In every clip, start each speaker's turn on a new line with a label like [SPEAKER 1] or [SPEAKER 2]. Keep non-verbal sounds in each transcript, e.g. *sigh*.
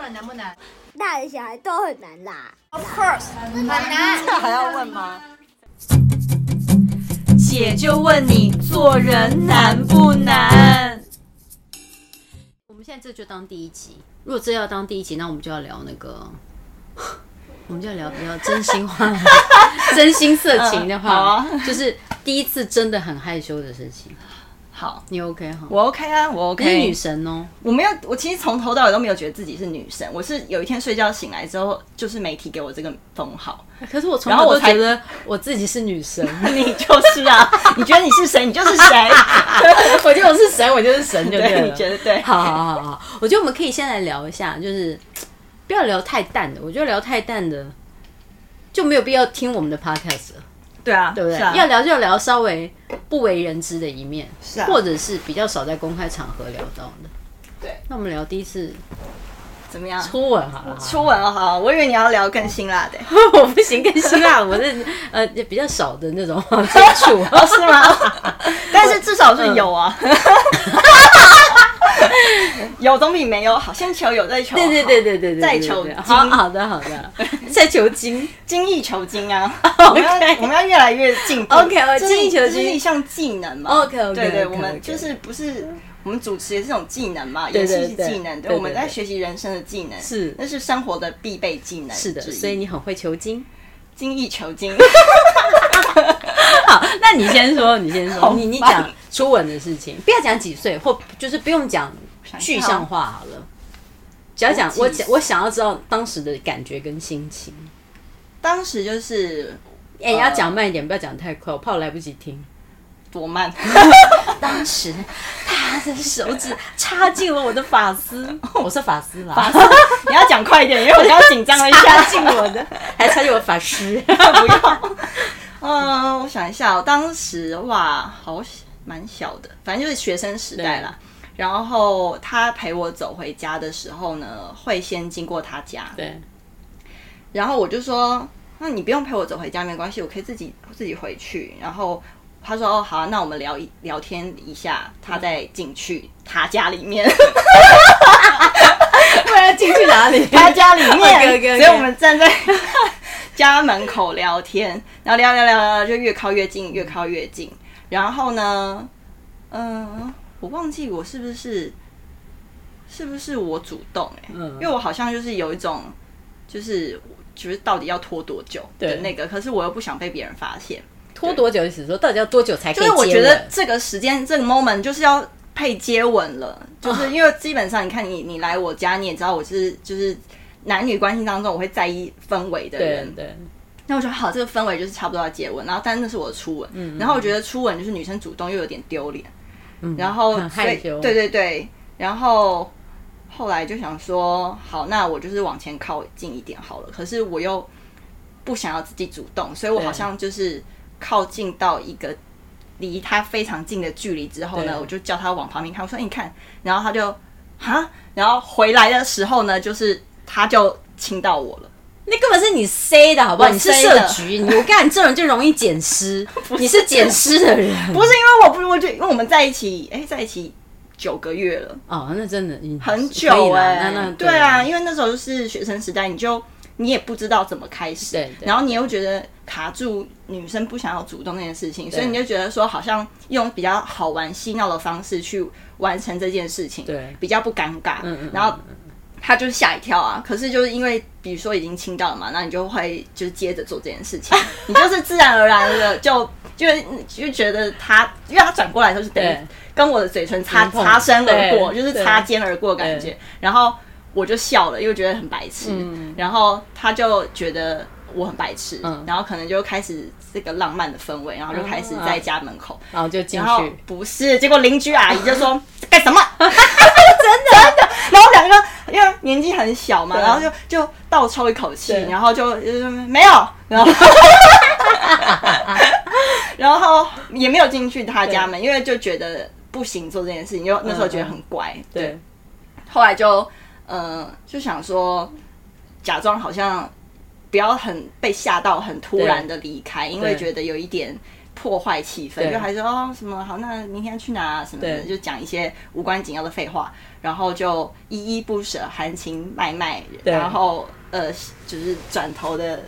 [SPEAKER 1] 了，难不难
[SPEAKER 2] 大人小孩都很难啦。
[SPEAKER 1] ？Of course，很难。
[SPEAKER 3] 这还要问吗？
[SPEAKER 4] 姐就问你做人难不难？
[SPEAKER 5] 我们现在这就当第一集。如果这要当第一集，那我们就要聊那个， *laughs* 我们就要聊比较真心话、 *laughs* 真心色情的
[SPEAKER 3] 嗯好
[SPEAKER 5] 话，
[SPEAKER 3] 啊
[SPEAKER 5] *laughs* 就是第一次真的很害羞的事情。
[SPEAKER 3] *laughs* 好，
[SPEAKER 5] 你 OK 哈？
[SPEAKER 3] 我 OK 啊，我
[SPEAKER 5] 你是
[SPEAKER 3] OK。
[SPEAKER 5] 女神哦，
[SPEAKER 3] 我没有，我其实从头到尾都没有觉得自己是女生。我是有一天睡觉醒来之后，就是媒体给我这个封号，
[SPEAKER 5] 可是我从
[SPEAKER 3] 然
[SPEAKER 5] 来
[SPEAKER 3] 后我
[SPEAKER 5] 都
[SPEAKER 3] 才
[SPEAKER 5] 觉得我自己是女神，
[SPEAKER 3] *laughs* 你就是 *laughs* 啊，你觉得你是谁，你就是谁。
[SPEAKER 5] 我觉得我是神，我就是神就对
[SPEAKER 3] 对，
[SPEAKER 5] 了。
[SPEAKER 3] 你觉得对？
[SPEAKER 5] 好好好好好，我觉得我们可以先来聊一下，就是不要聊太淡的，我觉得聊太淡的就没有必要听我们的 podcast 了，
[SPEAKER 3] 对啊，
[SPEAKER 5] 对不对？
[SPEAKER 3] 是啊
[SPEAKER 5] 要聊就聊稍微不为人知的一面，
[SPEAKER 3] 是啊
[SPEAKER 5] 或者是比较少在公开场合聊到的。
[SPEAKER 3] 对，
[SPEAKER 5] 那我们聊第一次
[SPEAKER 3] 怎么样？
[SPEAKER 5] 初吻好了好，
[SPEAKER 3] 初吻哦，好，我以为你要聊更辛辣的，
[SPEAKER 5] *laughs* 我不行，更辛辣，我是 *laughs* 呃比较少的那种接触。
[SPEAKER 3] *laughs* 哦，是吗？ *laughs* 但是至少
[SPEAKER 5] 嗯
[SPEAKER 3] 是有啊， *laughs* 有总比没有好，先求有再求好，
[SPEAKER 5] *laughs* 对对对对对对，
[SPEAKER 3] 再
[SPEAKER 5] 对
[SPEAKER 3] 求
[SPEAKER 5] 对
[SPEAKER 3] 精
[SPEAKER 5] 好好的好
[SPEAKER 3] *laughs*
[SPEAKER 5] 的，再求精。
[SPEAKER 3] 精益求精
[SPEAKER 5] *laughs*
[SPEAKER 3] 啊！我们要我们要越来越进步
[SPEAKER 5] OK，哦
[SPEAKER 3] 这是
[SPEAKER 5] 精益求精
[SPEAKER 3] 这是一项技能嘛
[SPEAKER 5] OK，OK，OK，OK
[SPEAKER 3] 对对，我们就是不是我们主持也是一种技能嘛，
[SPEAKER 5] 对
[SPEAKER 3] 也
[SPEAKER 5] 对
[SPEAKER 3] 是一
[SPEAKER 5] 对
[SPEAKER 3] 技能，
[SPEAKER 5] 对
[SPEAKER 3] 对，
[SPEAKER 5] 对
[SPEAKER 3] 我们在
[SPEAKER 5] 对
[SPEAKER 3] 学习人生的技能，
[SPEAKER 5] 是
[SPEAKER 3] 那是生活的必备技能之
[SPEAKER 5] 是
[SPEAKER 3] 一，
[SPEAKER 5] 的，所以你很会求精。
[SPEAKER 3] 精益求精。 *laughs*
[SPEAKER 5] 好， *laughs* 那你先说，你先
[SPEAKER 3] 好
[SPEAKER 5] 说，你你
[SPEAKER 3] 烦
[SPEAKER 5] 讲初吻的事情，不要讲几岁，或就是不用讲
[SPEAKER 3] 想一下
[SPEAKER 5] 具象化好了，只要讲
[SPEAKER 3] 我
[SPEAKER 5] 我
[SPEAKER 3] 几岁
[SPEAKER 5] 讲我想要知道当时的感觉跟心情。
[SPEAKER 3] 当时就是
[SPEAKER 5] 哎、你要讲慢一点，不要讲太快，我怕我来不及听。
[SPEAKER 3] 多慢， *laughs*
[SPEAKER 5] 当时他的手指插进了我的发丝， *laughs* 我说发丝啦，发
[SPEAKER 3] 你要讲快一点，因为我刚刚紧张了一下
[SPEAKER 5] 插。进我的， *laughs* 还插进我发丝。
[SPEAKER 3] 不要。嗯，我想一下、哦，当时哇，好小蛮小的，反正就是学生时代啦。然后他陪我走回家的时候呢，会先经过他家，
[SPEAKER 5] *laughs* 对，
[SPEAKER 3] 然后我就说，那你不用陪我走回家，没关系，我可以自己自己回去。然后他说，哦，好啊、那我们聊一聊天一下，他再进去他家里面。
[SPEAKER 5] 不然进去哪里？
[SPEAKER 3] 他家里面，
[SPEAKER 5] *laughs* OK，OK，OK
[SPEAKER 3] 所以我们站在 *laughs* 家门口聊天，然后聊聊聊聊，就越靠越近，越靠越近。然后呢，嗯、我忘记我是不是是不是我主动哎、
[SPEAKER 5] 嗯
[SPEAKER 3] 因为我好像就是有一种就是就是到底要拖多久的
[SPEAKER 5] 对
[SPEAKER 3] 那个，可是我又不想被别人发现，
[SPEAKER 5] 拖多久？意思说到底要多久才可
[SPEAKER 3] 就
[SPEAKER 5] 以
[SPEAKER 3] 是
[SPEAKER 5] 接
[SPEAKER 3] 我
[SPEAKER 5] 吻？
[SPEAKER 3] 觉得这个时间这个 moment 就是要配接吻
[SPEAKER 5] 啊
[SPEAKER 3] 了，就是因为基本上你看你你来我家，你也知道我是就是男女关系当中我会在意氛围的
[SPEAKER 5] 对
[SPEAKER 3] 人，
[SPEAKER 5] 对，
[SPEAKER 3] 那我觉得好，这个氛围就是差不多要接吻，然后但那是我的初吻，然后我觉得初吻就是女生主动又有点丢脸，
[SPEAKER 5] 嗯
[SPEAKER 3] 然后
[SPEAKER 5] 很
[SPEAKER 3] 所以
[SPEAKER 5] 害羞。
[SPEAKER 3] 对对对，然后后来就想说，好，那我就是往前靠近一点好了。可是我又不想要自己主动，所以我
[SPEAKER 5] 对
[SPEAKER 3] 好像就是靠近到一个离他非常近的距离之后呢，
[SPEAKER 5] 对
[SPEAKER 3] 我就叫他往旁边看，我说你看，然后他就哈，然后回来的时候呢，就是他就亲到我了，
[SPEAKER 5] 那根本是你塞的好不好？
[SPEAKER 3] 我
[SPEAKER 5] 你是
[SPEAKER 3] 塞
[SPEAKER 5] 设
[SPEAKER 3] 的
[SPEAKER 5] 局，你我看你这种人就容易捡 *laughs* 尸，你是捡尸的人。
[SPEAKER 3] 不是因为我不，我就因为我们在一起，哎，在一起九个月了。
[SPEAKER 5] 哦，那真的嗯
[SPEAKER 3] 很
[SPEAKER 5] 可以
[SPEAKER 3] 久
[SPEAKER 5] 啦
[SPEAKER 3] 哎、
[SPEAKER 5] 那那
[SPEAKER 3] 对啊，，因为那时候就是学生时代，你就你也不知道怎么开始，
[SPEAKER 5] 对对
[SPEAKER 3] 然后你又觉得卡住女生不想要主动那件事情，所以你就觉得说好像用比较好玩嬉闹的方式去完成这件事情，
[SPEAKER 5] 对
[SPEAKER 3] 比较不尴尬，
[SPEAKER 5] 嗯嗯
[SPEAKER 3] 然后。他就吓一跳啊！可是就是因为，比如说已经亲到了嘛，那你就会就是接着做这件
[SPEAKER 5] *laughs*
[SPEAKER 3] 事情，你就是自然而然的就就就觉得他，因为他转过来的时候是等于
[SPEAKER 5] 对
[SPEAKER 3] 跟我的嘴唇擦
[SPEAKER 5] 触碰
[SPEAKER 3] 擦身而过，
[SPEAKER 5] 对
[SPEAKER 3] 就是擦肩而过的感觉
[SPEAKER 5] 对。
[SPEAKER 3] 然后我就笑了，因为觉得很白痴。然后他就觉得我很白痴，
[SPEAKER 5] 嗯
[SPEAKER 3] 然后可能就开始这个浪漫的氛围，然后就开始在家门口。
[SPEAKER 5] 然后就进
[SPEAKER 3] 然后
[SPEAKER 5] 去，
[SPEAKER 3] 不是，结果邻居阿姨就 *laughs* 说干什么？真的真的。然后两个因为年纪很小嘛，
[SPEAKER 5] 对
[SPEAKER 3] 然后就就倒抽一口气，
[SPEAKER 5] 对
[SPEAKER 3] 然后就就没有，然后 *laughs* 然后也没有进去他家门，因为就觉得不行做这件事情，就那时候觉得很乖。对，
[SPEAKER 5] 对，
[SPEAKER 3] 后来就呃就想说假装好像不要很被吓到，很突然的离开，因为
[SPEAKER 5] 对
[SPEAKER 3] 觉得有一点。破坏气氛，
[SPEAKER 5] 对
[SPEAKER 3] 就还说哦什么好，那明天去哪、啊、什么的，
[SPEAKER 5] 对
[SPEAKER 3] 就讲一些无关紧要的废话，然后就依依不舍，含情脉脉，
[SPEAKER 5] 对
[SPEAKER 3] 然后呃就是转头的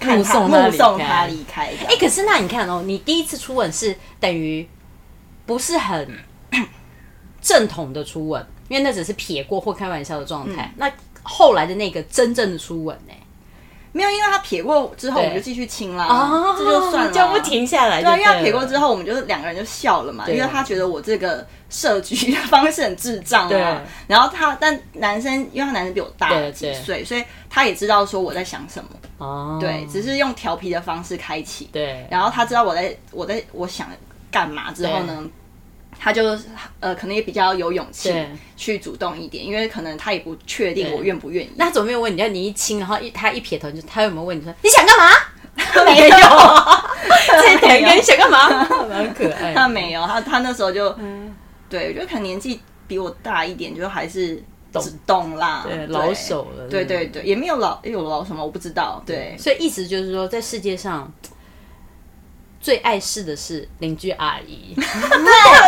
[SPEAKER 3] 看
[SPEAKER 5] 目
[SPEAKER 3] 他
[SPEAKER 5] 送他
[SPEAKER 3] 目送
[SPEAKER 5] 离开
[SPEAKER 3] 他离开这样。
[SPEAKER 5] 哎、可是那你看哦，你第一次初吻是等于 *coughs* 不是很正统的初吻，因为那只是撇过或开玩笑的状态。那后来的那个真正的初吻呢、
[SPEAKER 3] 没有，因为他撇过之后，
[SPEAKER 5] 对
[SPEAKER 3] 我们就继续亲啦，
[SPEAKER 5] 哦，
[SPEAKER 3] 这就算了，
[SPEAKER 5] 就不。停下来
[SPEAKER 3] 对啊，
[SPEAKER 5] 哎就对，
[SPEAKER 3] 因为他撇过之后，我们就是两个人就笑了嘛，
[SPEAKER 5] 对
[SPEAKER 3] 因为他觉得我这个设 *laughs* 局的方式很智障
[SPEAKER 5] 对
[SPEAKER 3] 啊。然后他，但男生，因为他男生比我大
[SPEAKER 5] 对
[SPEAKER 3] 几岁，所以他也知道说我在想什么，
[SPEAKER 5] 后，哦，
[SPEAKER 3] 对，只是用调皮的方式开启。
[SPEAKER 5] 对，
[SPEAKER 3] 然后他知道我在我在我想干嘛之后呢，他就呃可能也比较有勇气
[SPEAKER 5] 对
[SPEAKER 3] 去主动一点，因为可能他也不确定
[SPEAKER 5] 对
[SPEAKER 3] 我愿不愿意。
[SPEAKER 5] 那他怎么没有问你？要你一亲，然后一他一撇头，你就他有没有问你说你想干嘛？
[SPEAKER 3] *laughs* 没
[SPEAKER 5] *laughs*
[SPEAKER 3] 有，
[SPEAKER 5] 这点跟你想干嘛？蛮可爱的
[SPEAKER 3] 他没有，他他那时候就，对，我觉得可能年纪比我大一点，就还是
[SPEAKER 5] 懂
[SPEAKER 3] 只懂啦，
[SPEAKER 5] 对老手了
[SPEAKER 3] 对
[SPEAKER 5] 对
[SPEAKER 3] 对对，也没有老有老什么，我不知道，对，
[SPEAKER 5] 所以意思就是说，在世界上最碍事的是邻居阿姨，对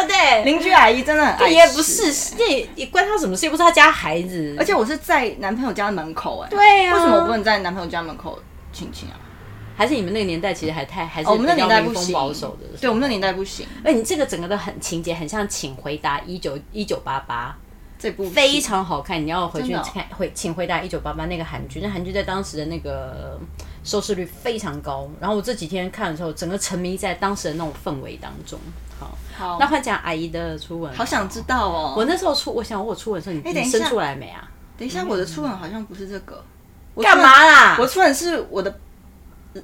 [SPEAKER 5] 不对？
[SPEAKER 3] 邻居阿姨真的很爱
[SPEAKER 5] 也不
[SPEAKER 3] 吃，
[SPEAKER 5] 是，那也也关他什么事？又不是他家孩子，
[SPEAKER 3] 而且我是在男朋友家门口，哎，
[SPEAKER 5] 对呀、
[SPEAKER 3] 为什么我不能在男朋友家门口亲亲啊？
[SPEAKER 5] 还是你们那个年代其实还太还是、
[SPEAKER 3] 哦，我们那年代不行，
[SPEAKER 5] 保守的，
[SPEAKER 3] 对我们那年代不行，
[SPEAKER 5] 哎，你这个整个都很情节很像《请回答一九一九八八
[SPEAKER 3] 这部》，戏
[SPEAKER 5] 非常好看。你要回去
[SPEAKER 3] 真的哦
[SPEAKER 5] 看回《请回答一九八八》那个韩剧，那韩剧在当时的那个呃收视率非常高。然后我这几天看的时候，整个沉迷在当时的那种氛围当中。好，
[SPEAKER 3] 好
[SPEAKER 5] 那，换讲阿姨的初吻，
[SPEAKER 3] 哦好想知道哦。
[SPEAKER 5] 我那时候出，我想我初吻的时候，你
[SPEAKER 3] 哎等一
[SPEAKER 5] 你
[SPEAKER 3] 下
[SPEAKER 5] 生出来没啊？
[SPEAKER 3] 等一下，我的初吻好像不是这个，我
[SPEAKER 5] 干嘛啦？
[SPEAKER 3] 我初吻是我的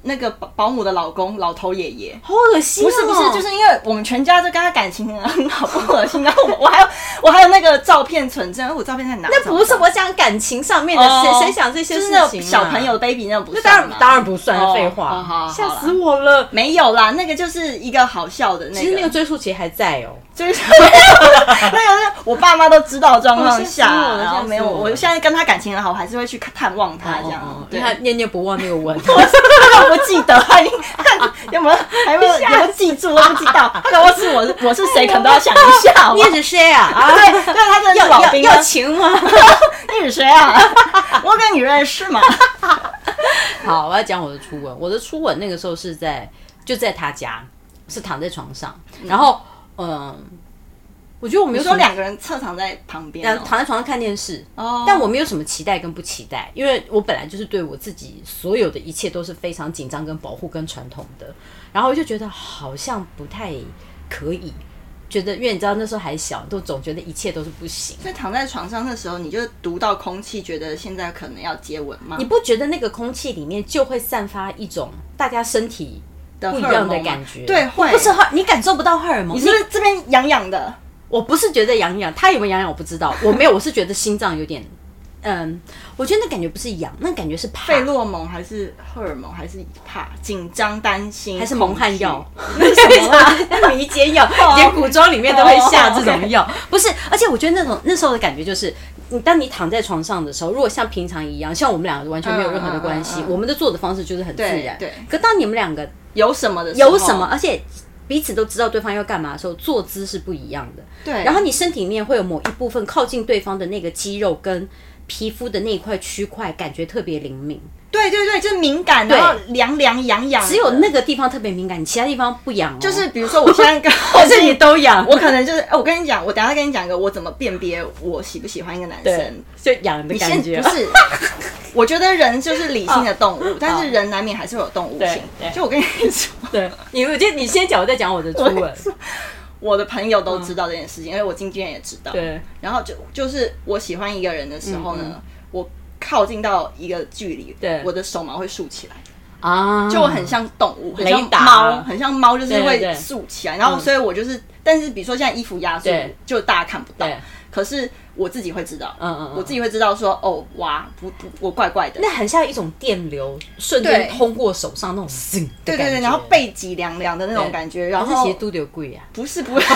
[SPEAKER 3] 那个保保姆的老公老头爷爷。
[SPEAKER 5] 好恶心、哦！
[SPEAKER 3] 不是不是，就是因为我们全家都跟他感情很好， *laughs* 不恶心。然后我我还有我还有那个照片存证，我照片在哪？
[SPEAKER 5] 那不是我讲感情上面的，
[SPEAKER 3] 哦
[SPEAKER 5] 谁谁想这些
[SPEAKER 3] 就
[SPEAKER 5] 事
[SPEAKER 3] 是
[SPEAKER 5] 情啊、
[SPEAKER 3] 那种小朋友 baby 那种不
[SPEAKER 5] 那
[SPEAKER 3] 算
[SPEAKER 5] 当然
[SPEAKER 3] 吗
[SPEAKER 5] 当然不算，废
[SPEAKER 3] 哦好
[SPEAKER 5] 话，
[SPEAKER 3] 好
[SPEAKER 5] 吓、
[SPEAKER 3] 好啦
[SPEAKER 5] 死我了。
[SPEAKER 3] 没有啦，那个就是一个好笑的那个，
[SPEAKER 5] 其实那个追溯期还在哦，
[SPEAKER 3] 就是 *laughs* 那个是我爸妈都知道的状况下，
[SPEAKER 5] 哦吓死我了哦
[SPEAKER 3] 然后没有，
[SPEAKER 5] 吓死我
[SPEAKER 3] 我
[SPEAKER 5] 了
[SPEAKER 3] 现在跟他感情很好，我还是会去看探望他啊这
[SPEAKER 5] 这
[SPEAKER 3] 样。
[SPEAKER 5] 样，因
[SPEAKER 3] 对
[SPEAKER 5] 为，他念念不忘那个
[SPEAKER 3] *laughs*
[SPEAKER 5] 吻，
[SPEAKER 3] 我不记得，他已经
[SPEAKER 5] *laughs*
[SPEAKER 3] 有没有还有没有有没有记住，我不知道。那我是我是我是谁，可能都要想一下好不
[SPEAKER 5] 你
[SPEAKER 3] 好。
[SPEAKER 5] 也是谁啊？啊， *laughs*
[SPEAKER 3] 对，对，他真的
[SPEAKER 5] 要
[SPEAKER 3] 是老
[SPEAKER 5] 要
[SPEAKER 3] 兵啊，
[SPEAKER 5] 要情吗？
[SPEAKER 3] 你是谁啊？ *laughs* 我跟你认识
[SPEAKER 5] *laughs*
[SPEAKER 3] 吗？
[SPEAKER 5] *laughs* 好，我要讲我的初吻。我的初吻那个时候是在就在他家，是躺在床上，然后嗯，我觉得我没
[SPEAKER 3] 你
[SPEAKER 5] 有
[SPEAKER 3] 说
[SPEAKER 5] 什么啊
[SPEAKER 3] 两个人侧啊躺在旁边
[SPEAKER 5] 躺在床上看电视，
[SPEAKER 3] 哦，
[SPEAKER 5] 但我没有什么期待跟不期待，因为我本来就是对我自己所有的一切都是非常紧张、跟保护、跟传统的，然后我就觉得好像不太可以，觉得因为你知道那时候还小，都总觉得一切都是不行。
[SPEAKER 3] 所以躺在床上的时候，你就读到空气，觉得现在可能要接吻吗？
[SPEAKER 5] 你不觉得那个空气里面就会散发一种大家身体
[SPEAKER 3] 的
[SPEAKER 5] 不一
[SPEAKER 3] 荷尔
[SPEAKER 5] 样
[SPEAKER 3] 蒙
[SPEAKER 5] 的
[SPEAKER 3] 吗
[SPEAKER 5] 感觉？
[SPEAKER 3] 对，会
[SPEAKER 5] 不是啊荷，你感受不到荷尔蒙。
[SPEAKER 3] 你是不是这边痒痒的？
[SPEAKER 5] 我不是觉得痒痒，他有没有痒痒我不知道，我没有，我是觉得心脏有点，嗯，我觉得那感觉不是痒，那感觉是怕
[SPEAKER 3] 费。洛蒙还是荷尔蒙还是怕紧张担心
[SPEAKER 5] 还是蒙汗药
[SPEAKER 3] 恐惧
[SPEAKER 5] *laughs*
[SPEAKER 3] 那是什么？
[SPEAKER 5] 迷奸药，连古装里面都会下这种
[SPEAKER 3] *laughs* 哦
[SPEAKER 5] 药。不是，而且我觉得那种那时候的感觉就是，你当你躺在床上的时候，如果像平常一样，像我们两个完全没有任何的关
[SPEAKER 3] 嗯
[SPEAKER 5] 系，
[SPEAKER 3] 嗯嗯嗯
[SPEAKER 5] 我们的做的方式就是很自然。
[SPEAKER 3] 对对
[SPEAKER 5] 可当你们两个
[SPEAKER 3] 有什么的时候
[SPEAKER 5] 有什么，而且彼此都知道对方要干嘛的时候，坐姿是不一样的。
[SPEAKER 3] 对，
[SPEAKER 5] 然后你身体里面会有某一部分靠近对方的那个肌肉跟皮肤的那一块区块，感觉特别灵敏。
[SPEAKER 3] 对对对，就是敏感，
[SPEAKER 5] 对
[SPEAKER 3] 然后凉凉痒痒的，
[SPEAKER 5] 只有那个地方特别敏感，你其他地方不痒、哦。
[SPEAKER 3] 就是比如说我现在
[SPEAKER 5] *laughs*
[SPEAKER 3] 跟
[SPEAKER 5] 或是你都 *laughs* 痒，
[SPEAKER 3] 我可能就是，哎，我跟你讲，我等一下跟你讲一个我怎么辨别我喜不喜欢一个男
[SPEAKER 5] 对
[SPEAKER 3] 生。，
[SPEAKER 5] 就痒的
[SPEAKER 3] 你
[SPEAKER 5] 感
[SPEAKER 3] 先
[SPEAKER 5] 觉。
[SPEAKER 3] 不是， *laughs* 我觉得人就是理性的动物，但是人难免还是会有动物性
[SPEAKER 5] 哦对对。
[SPEAKER 3] 就我跟你说，
[SPEAKER 5] *laughs* 对，你我觉得你先讲，我再讲我的初吻。
[SPEAKER 3] 我的朋友都知道这件事情，因为我经纪人也知道。
[SPEAKER 5] *laughs* 嗯对，嗯
[SPEAKER 3] 然后就就是我喜欢一个人的时候呢，我靠近到一个距离，
[SPEAKER 5] 对
[SPEAKER 3] 我的手毛会竖起来，
[SPEAKER 5] 啊，
[SPEAKER 3] 就我很像动物，很像
[SPEAKER 5] 雷达
[SPEAKER 3] 猫，很像猫，就是
[SPEAKER 5] 对
[SPEAKER 3] 会
[SPEAKER 5] 对
[SPEAKER 3] 竖起来。然后
[SPEAKER 5] 嗯
[SPEAKER 3] 所以我就是，但是比如说现在衣服压住
[SPEAKER 5] 对，
[SPEAKER 3] 就大家看不到
[SPEAKER 5] 对。
[SPEAKER 3] 可是我自己会知道，
[SPEAKER 5] 嗯嗯嗯
[SPEAKER 3] 我自己会知道说，哦，哇，不不，我怪怪的。
[SPEAKER 5] 那很像一种电流瞬间
[SPEAKER 3] 对
[SPEAKER 5] 通过手上那种嗖的
[SPEAKER 3] 对对
[SPEAKER 5] 感
[SPEAKER 3] 对，
[SPEAKER 5] 觉
[SPEAKER 3] 然后背脊凉凉的那种
[SPEAKER 5] 对
[SPEAKER 3] 感觉，然
[SPEAKER 5] 还是
[SPEAKER 3] 后
[SPEAKER 5] 其实都流贵啊，
[SPEAKER 3] 不是不 *laughs* 是，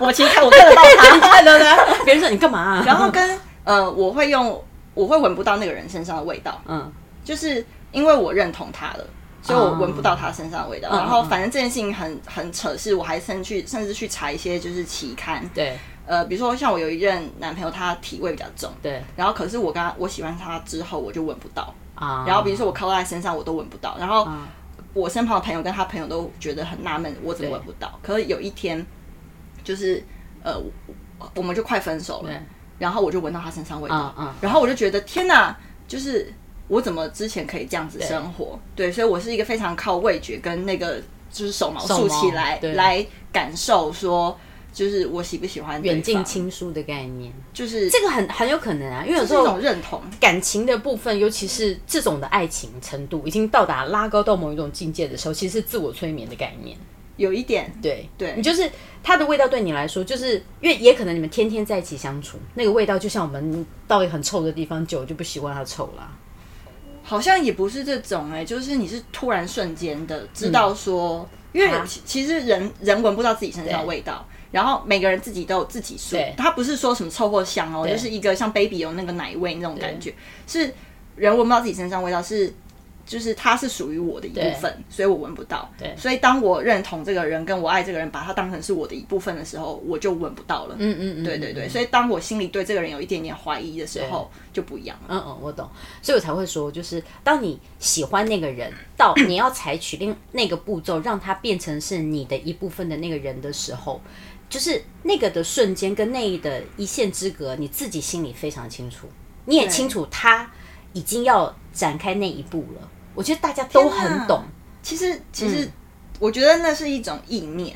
[SPEAKER 3] 我其实看我看得 *laughs* 到他，
[SPEAKER 5] 看到的，别人说你干嘛啊？
[SPEAKER 3] 然后跟呃，我会用我会闻不到那个人身上的味道，
[SPEAKER 5] 嗯，
[SPEAKER 3] 就是因为我认同他了，所以我闻不到它身上的味道。然后反正这件事情很很扯，是我还甚至去甚至去查一些就是期刊，
[SPEAKER 5] 对
[SPEAKER 3] 呃，比如说像我有一任男朋友，他体味比较重，
[SPEAKER 5] 对
[SPEAKER 3] 然后可是我跟他我喜欢他之后，我就闻不到。
[SPEAKER 5] 啊，
[SPEAKER 3] 然后比如说我靠到他身上，我都闻不到。然后
[SPEAKER 5] 啊
[SPEAKER 3] 我身旁的朋友跟他朋友都觉得很纳闷，我怎么闻不到？可是有一天，就是呃，我我我们就快分手了
[SPEAKER 5] 对，
[SPEAKER 3] 然后我就闻到他身上味道
[SPEAKER 5] 啊，啊
[SPEAKER 3] 然后我就觉得天哪，就是我怎么之前可以这样子生活？对，所以我是一个非常靠味觉跟那个就是手毛竖
[SPEAKER 5] 手毛
[SPEAKER 3] 起来
[SPEAKER 5] 对
[SPEAKER 3] 来感受说。就是我喜不喜欢对
[SPEAKER 5] 远近
[SPEAKER 3] 方，
[SPEAKER 5] 亲疏的概念，
[SPEAKER 3] 就是
[SPEAKER 5] 这个很很有可能啊，因为有
[SPEAKER 3] 这是
[SPEAKER 5] 时
[SPEAKER 3] 一
[SPEAKER 5] 候
[SPEAKER 3] 种认同，
[SPEAKER 5] 感情的部分，尤其是这种的爱情程度，已经到达拉高到某一种境界的时候，其实是自我催眠的概念。
[SPEAKER 3] 有一点
[SPEAKER 5] 对，
[SPEAKER 3] 对
[SPEAKER 5] 你就是它的味道对你来说，就是因为也可能你们天天在一起相处，那个味道就像我们到一个很臭的地方，久了就不习惯它臭啦。
[SPEAKER 3] 好像也不是这种哎、就是你是突然瞬间的知道
[SPEAKER 5] 嗯
[SPEAKER 3] 说，因为
[SPEAKER 5] 啊
[SPEAKER 3] 其其实人人闻不到自己身上的味道，然后每个人自己都有自己说
[SPEAKER 5] 对，
[SPEAKER 3] 它不是说什么臭或香哦，
[SPEAKER 5] 对
[SPEAKER 3] 就是一个像 baby 有那个奶味那种感觉，是人闻不到自己身上的味道是。就是它是属于我的一部分，所以我闻不到。
[SPEAKER 5] 对
[SPEAKER 3] 所以当我认同这个人，跟我爱这个人，把他当成是我的一部分的时候，我就闻不到了。
[SPEAKER 5] 嗯嗯嗯，
[SPEAKER 3] 对对对，所以当我心里对这个人有一点点怀疑的时候，就不一样了。
[SPEAKER 5] 嗯嗯，我懂，所以我才会说，就是当你喜欢那个人，到你要采取另那个步骤，让他变成是你的一部分的那个人的时候，就是那个的瞬间跟那的一线之隔，你自己心里非常清楚，你也
[SPEAKER 3] 对
[SPEAKER 5] 清楚他已经要展开那一步了。我觉得大家都很懂，
[SPEAKER 3] 其
[SPEAKER 5] 嗯
[SPEAKER 3] 实其实，我觉得那是一种意念，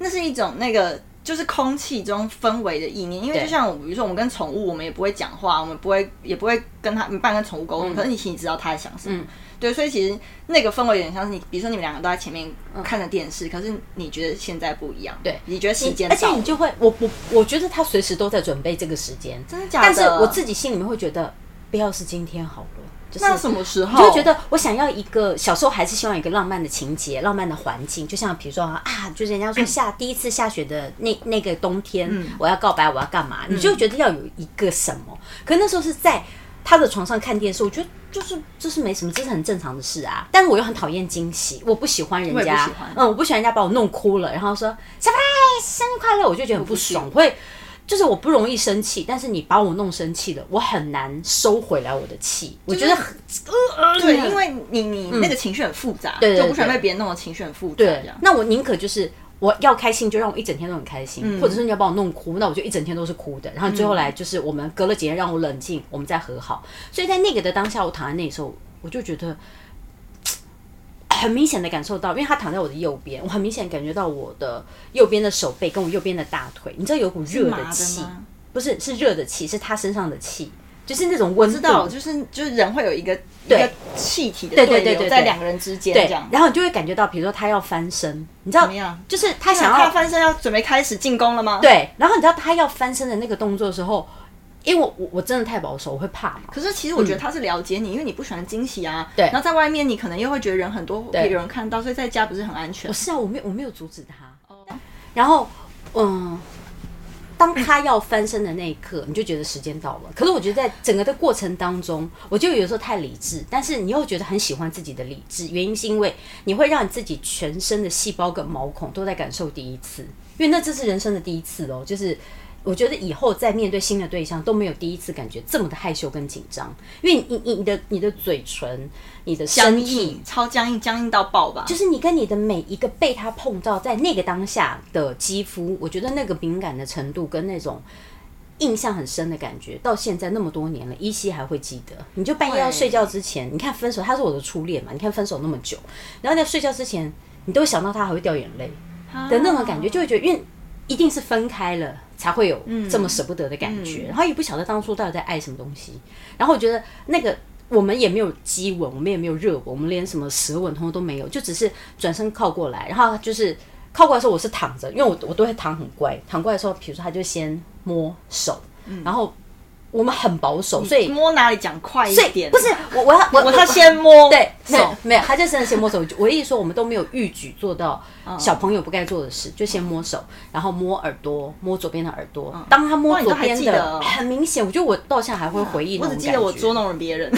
[SPEAKER 3] 那是一种那个就是空气中氛围的意念。因为
[SPEAKER 5] 对
[SPEAKER 3] 就像我，比如说我们跟宠物，我们也不会讲话，我们不会也不会跟它没办法跟宠物
[SPEAKER 5] 嗯
[SPEAKER 3] 沟通，可是你心里知道它在想什么。对，所以其实那个氛围有点像是你，比如说你们两个都在前面看着电视，可是你觉得现在不一样，
[SPEAKER 5] 嗯对嗯
[SPEAKER 3] 你觉得时间
[SPEAKER 5] 而且
[SPEAKER 3] 到
[SPEAKER 5] 你
[SPEAKER 3] 了，
[SPEAKER 5] 就会，我我我觉得他随时都在准备这个时间，
[SPEAKER 3] 真的假
[SPEAKER 5] 但
[SPEAKER 3] 的？
[SPEAKER 5] 是我自己心里面会觉得，不要是今天好了，就是
[SPEAKER 3] 那什么时候
[SPEAKER 5] 你就会觉得我想要一个小时候还是希望有一个浪漫的情节、浪漫的环境，就像比如说啊，就是人家说下第一次下雪的那那个冬天，
[SPEAKER 3] 嗯
[SPEAKER 5] 我要告白，我要干嘛？你就会觉得要有一个什么？可那时候是在他的床上看电视，我觉得就是就是没什么，这是很正常的事啊。但是我又很讨厌惊喜，我不喜欢人
[SPEAKER 3] 我也不
[SPEAKER 5] 家
[SPEAKER 3] 喜欢，
[SPEAKER 5] 嗯，我不喜欢人家把我弄哭了，然后说 surprise 生日快乐，我就觉得很不
[SPEAKER 3] 嗯
[SPEAKER 5] 爽，我会。就是我不容易生气，但是你把我弄生气了，我很难收回来我的气。我觉得很
[SPEAKER 1] 呃
[SPEAKER 3] 对，因为你你那个情绪很复杂，
[SPEAKER 5] 啊嗯对对
[SPEAKER 3] 就不喜欢
[SPEAKER 5] 对
[SPEAKER 3] 被别人弄得情绪很复杂，
[SPEAKER 5] 对
[SPEAKER 3] 这样，
[SPEAKER 5] 那我宁可就是我要开心，就让我一整天都很开心，
[SPEAKER 3] 嗯
[SPEAKER 5] 或者是你要把我弄哭，那我就一整天都是哭的。然后最后来就是我们隔了几天让我冷静，我们再和好。所以在那个的当下，我躺在那里的时候，我就觉得。很明显的感受到，因为他躺在我的右边，我很明显感觉到我的右边的手背跟我右边的大腿，你知道有股热
[SPEAKER 3] 麻的
[SPEAKER 5] 气，
[SPEAKER 3] 吗？
[SPEAKER 5] 不是是热的气，是他身上的气，就是那种温度。
[SPEAKER 3] 知道，就是就是人会有一个一
[SPEAKER 5] 嗯对
[SPEAKER 3] 个气体的
[SPEAKER 5] 对
[SPEAKER 3] 对
[SPEAKER 5] 对对
[SPEAKER 3] 流
[SPEAKER 5] 对
[SPEAKER 3] 在
[SPEAKER 5] 对
[SPEAKER 3] 两个人之间
[SPEAKER 5] 对
[SPEAKER 3] 这样，，
[SPEAKER 5] 然后你就会感觉到，比如说他要翻身，你知道
[SPEAKER 3] 怎么样，
[SPEAKER 5] 就是他想
[SPEAKER 3] 他
[SPEAKER 5] 要
[SPEAKER 3] 翻身要准备开始进攻了吗？，
[SPEAKER 5] 对，然后你知道他要翻身的那个动作的时候，因为我我我真的太保守，我会怕嘛。
[SPEAKER 3] 可是其实我觉得他是了解你，因为你不喜欢惊喜啊。
[SPEAKER 5] 对
[SPEAKER 3] 然后在外面你可能又会觉得人很多，
[SPEAKER 5] 对
[SPEAKER 3] 被有人看到，所以在家不是很安全
[SPEAKER 5] 我。是啊，我没有我没有阻止他。然后，嗯，当他要翻身的那一刻，你就觉得时间到了。可是我觉得在整个的过程当中，我就有时候太理智，但是你又觉得很喜欢自己的理智，原因是因为你会让你自己全身的细胞跟毛孔都在感受第一次，因为那这是人生的第一次哦，就是。我觉得以后在面对新的对象都没有第一次感觉这么的害羞跟紧张，因为你你你的你的嘴唇、你的
[SPEAKER 3] 僵
[SPEAKER 5] 身体
[SPEAKER 3] 硬，超僵硬，僵硬到爆吧！
[SPEAKER 5] 就是你跟你的每一个被他碰到，在那个当下的肌肤，我觉得那个敏感的程度跟那种印象很深的感觉，到现在那么多年了，依稀还会记得。你就半夜要睡觉之前，你看分手，他是我的初恋嘛，你看分手那么久，然后在睡觉之前，你都会想到他，还会掉眼泪的那种感觉，就会觉得，因为一定是分开了才会有
[SPEAKER 3] 嗯
[SPEAKER 5] 这么舍不得的感觉，然后也不晓得当初到底在爱什么东西。然后我觉得那个我们也没有激吻，我们也没有热吻，我们连什么舌吻通通都没有，就只是转身靠过来，然后就是靠过来的时候我是躺着，因为我我都会躺很乖，躺过来的时候，比如说他就先摸手，然后我们很保守，所以
[SPEAKER 3] 嗯摸哪里讲快一
[SPEAKER 5] 所以
[SPEAKER 3] 点？
[SPEAKER 5] 不是我我要我
[SPEAKER 3] 我他先摸
[SPEAKER 5] 对，没
[SPEAKER 3] 手
[SPEAKER 5] 有，没有，他就真的先摸手。我一说我们都没有预举做到
[SPEAKER 3] 嗯
[SPEAKER 5] 小朋友不该做的事，就先摸手，然后摸耳朵，摸左边的耳朵。当他
[SPEAKER 3] 嗯
[SPEAKER 5] 摸
[SPEAKER 3] 哇你都
[SPEAKER 5] 左
[SPEAKER 3] 还
[SPEAKER 5] 边
[SPEAKER 3] 记得
[SPEAKER 5] 的，
[SPEAKER 3] 哦嗯
[SPEAKER 5] 很明显，我觉得我到现在还会回忆那
[SPEAKER 3] 我
[SPEAKER 5] 种
[SPEAKER 3] 只
[SPEAKER 5] 感
[SPEAKER 3] 记 *laughs*
[SPEAKER 5] 觉。
[SPEAKER 3] 得我捉弄了别人，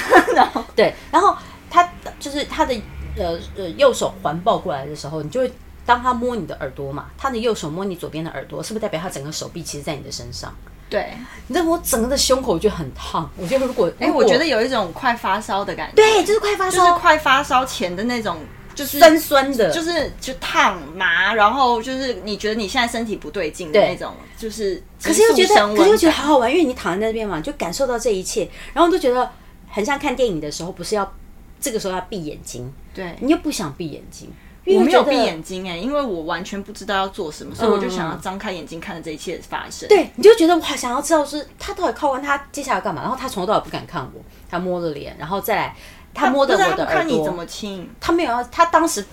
[SPEAKER 5] 对，然后他就是他的呃呃右手环抱过来的时候，你就会当他摸你的耳朵嘛，他的右手摸你左边的耳朵，是不是代表他整个手臂其实在你的身上？
[SPEAKER 3] 对，
[SPEAKER 5] 你在摸整个的胸口，我觉得很烫。我觉得如果
[SPEAKER 3] 哎、我觉得有一种快发烧的感觉，
[SPEAKER 5] 对，就是快发
[SPEAKER 3] 就是
[SPEAKER 5] 烧，
[SPEAKER 3] 快发烧前的那种，就是
[SPEAKER 5] 酸酸的，
[SPEAKER 3] 就是就烫麻，然后就是你觉得你现在身体不对劲的
[SPEAKER 5] 对
[SPEAKER 3] 那种，就是
[SPEAKER 5] 可是又觉
[SPEAKER 3] 急速升温
[SPEAKER 5] 得，可是又觉得好好玩，因为你躺在那边嘛，你就感受到这一切，然后都觉得很像看电影的时候，不是要这个时候要闭眼睛，
[SPEAKER 3] 对。
[SPEAKER 5] 你又不想闭眼睛，因
[SPEAKER 3] 我
[SPEAKER 5] 为
[SPEAKER 3] 没有
[SPEAKER 5] 觉得嗯
[SPEAKER 3] 闭眼睛哎、因为我完全不知道要做什么，所以我就想要张开眼睛看着这一切发生。，
[SPEAKER 5] 对，你就觉得我好想要知道是他到底靠完他接下来干嘛，然后他从头到尾不敢看我，他摸着脸，然后再来他摸着
[SPEAKER 3] 不是
[SPEAKER 5] 我
[SPEAKER 3] 他
[SPEAKER 5] 的
[SPEAKER 3] 不看
[SPEAKER 5] 耳
[SPEAKER 3] 你怎么
[SPEAKER 5] 朵，
[SPEAKER 3] 亲，
[SPEAKER 5] 他没有要，他当时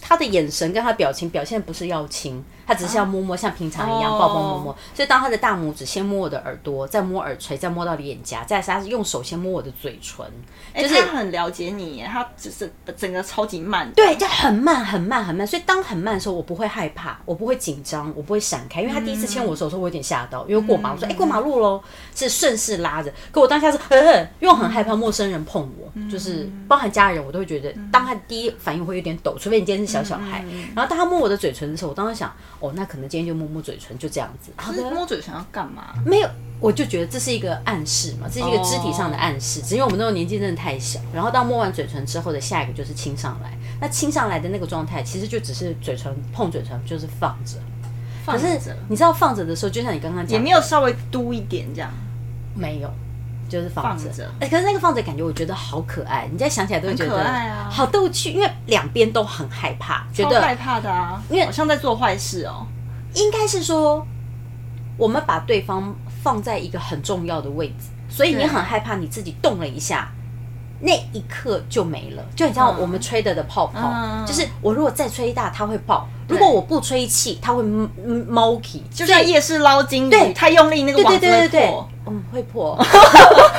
[SPEAKER 5] 他的眼神跟他表情表现不是要亲，他只是要摸摸，像平常一样
[SPEAKER 3] 哦
[SPEAKER 5] 抱抱摸摸，所以当他的大拇指先摸我的耳朵，再摸耳垂，再摸到脸颊，再来是他用手先摸我的嘴唇，
[SPEAKER 3] 哎、
[SPEAKER 5] 就是
[SPEAKER 3] 他很了解你耶、他只是整个超级慢的。
[SPEAKER 5] 对，就很慢很慢很慢，所以当很慢的时候，我不会害怕，我不会紧张，我不会闪开，因为他第一次牵我手的时候，我有点吓到，因为过
[SPEAKER 3] 嗯
[SPEAKER 5] 马路我说哎、过马路喽，是顺势拉着，可我当下是呃，因为我很害怕陌生人碰我，就是
[SPEAKER 3] 嗯
[SPEAKER 5] 包含家人，我都会觉得，当他第一反应我会有点抖，除非你今天是小小
[SPEAKER 3] 嗯
[SPEAKER 5] 孩，然后当他摸我的嘴唇的时候，我当时想哦，那可能今天就摸摸嘴唇，就这样子，然后
[SPEAKER 3] 可
[SPEAKER 5] 呢
[SPEAKER 3] 是摸嘴想要干嘛？
[SPEAKER 5] 没有，我就觉得这是一个暗示嘛，这是一个肢体上的暗示。
[SPEAKER 3] 哦
[SPEAKER 5] 只是因为我们那时候年纪真的太小，然后到摸完嘴唇之后的下一个就是亲上来。那亲上来的那个状态，其实就只是嘴唇碰嘴唇，就是放着。
[SPEAKER 3] 放
[SPEAKER 5] 可是
[SPEAKER 3] 着
[SPEAKER 5] 你知道放着的时候，就像你刚刚讲的，
[SPEAKER 3] 也没有稍微嘟一点这样，
[SPEAKER 5] 没有，就是放
[SPEAKER 3] 放
[SPEAKER 5] 着。
[SPEAKER 3] 着
[SPEAKER 5] 哎、可是那个放着感觉，我觉得好可爱。你再想起来都会觉得
[SPEAKER 3] 很可爱啊
[SPEAKER 5] 好逗趣，因为两边都很害怕，觉
[SPEAKER 3] 超
[SPEAKER 5] 得
[SPEAKER 3] 害怕的啊，
[SPEAKER 5] 因为
[SPEAKER 3] 好像在做坏事哦。
[SPEAKER 5] 应该是说，我们把对方放在一个很重要的位置，所以你
[SPEAKER 3] 对
[SPEAKER 5] 很害怕你自己动了一下，那一刻就没了。就很像
[SPEAKER 3] 嗯
[SPEAKER 5] 我们吹的的泡泡，
[SPEAKER 3] 嗯
[SPEAKER 5] 就是我如果再吹大，它会爆；
[SPEAKER 3] 对
[SPEAKER 5] 如果我不吹气，它会猫起。
[SPEAKER 3] 就
[SPEAKER 5] 所
[SPEAKER 3] 像
[SPEAKER 5] 以
[SPEAKER 3] 夜市捞金
[SPEAKER 5] 对
[SPEAKER 3] 鱼，太用力那个
[SPEAKER 5] 对
[SPEAKER 3] 网
[SPEAKER 5] 对
[SPEAKER 3] 子
[SPEAKER 5] 对对
[SPEAKER 3] 会
[SPEAKER 5] 对
[SPEAKER 3] 破。，
[SPEAKER 5] 嗯，会
[SPEAKER 3] *laughs*
[SPEAKER 5] 破。 *laughs*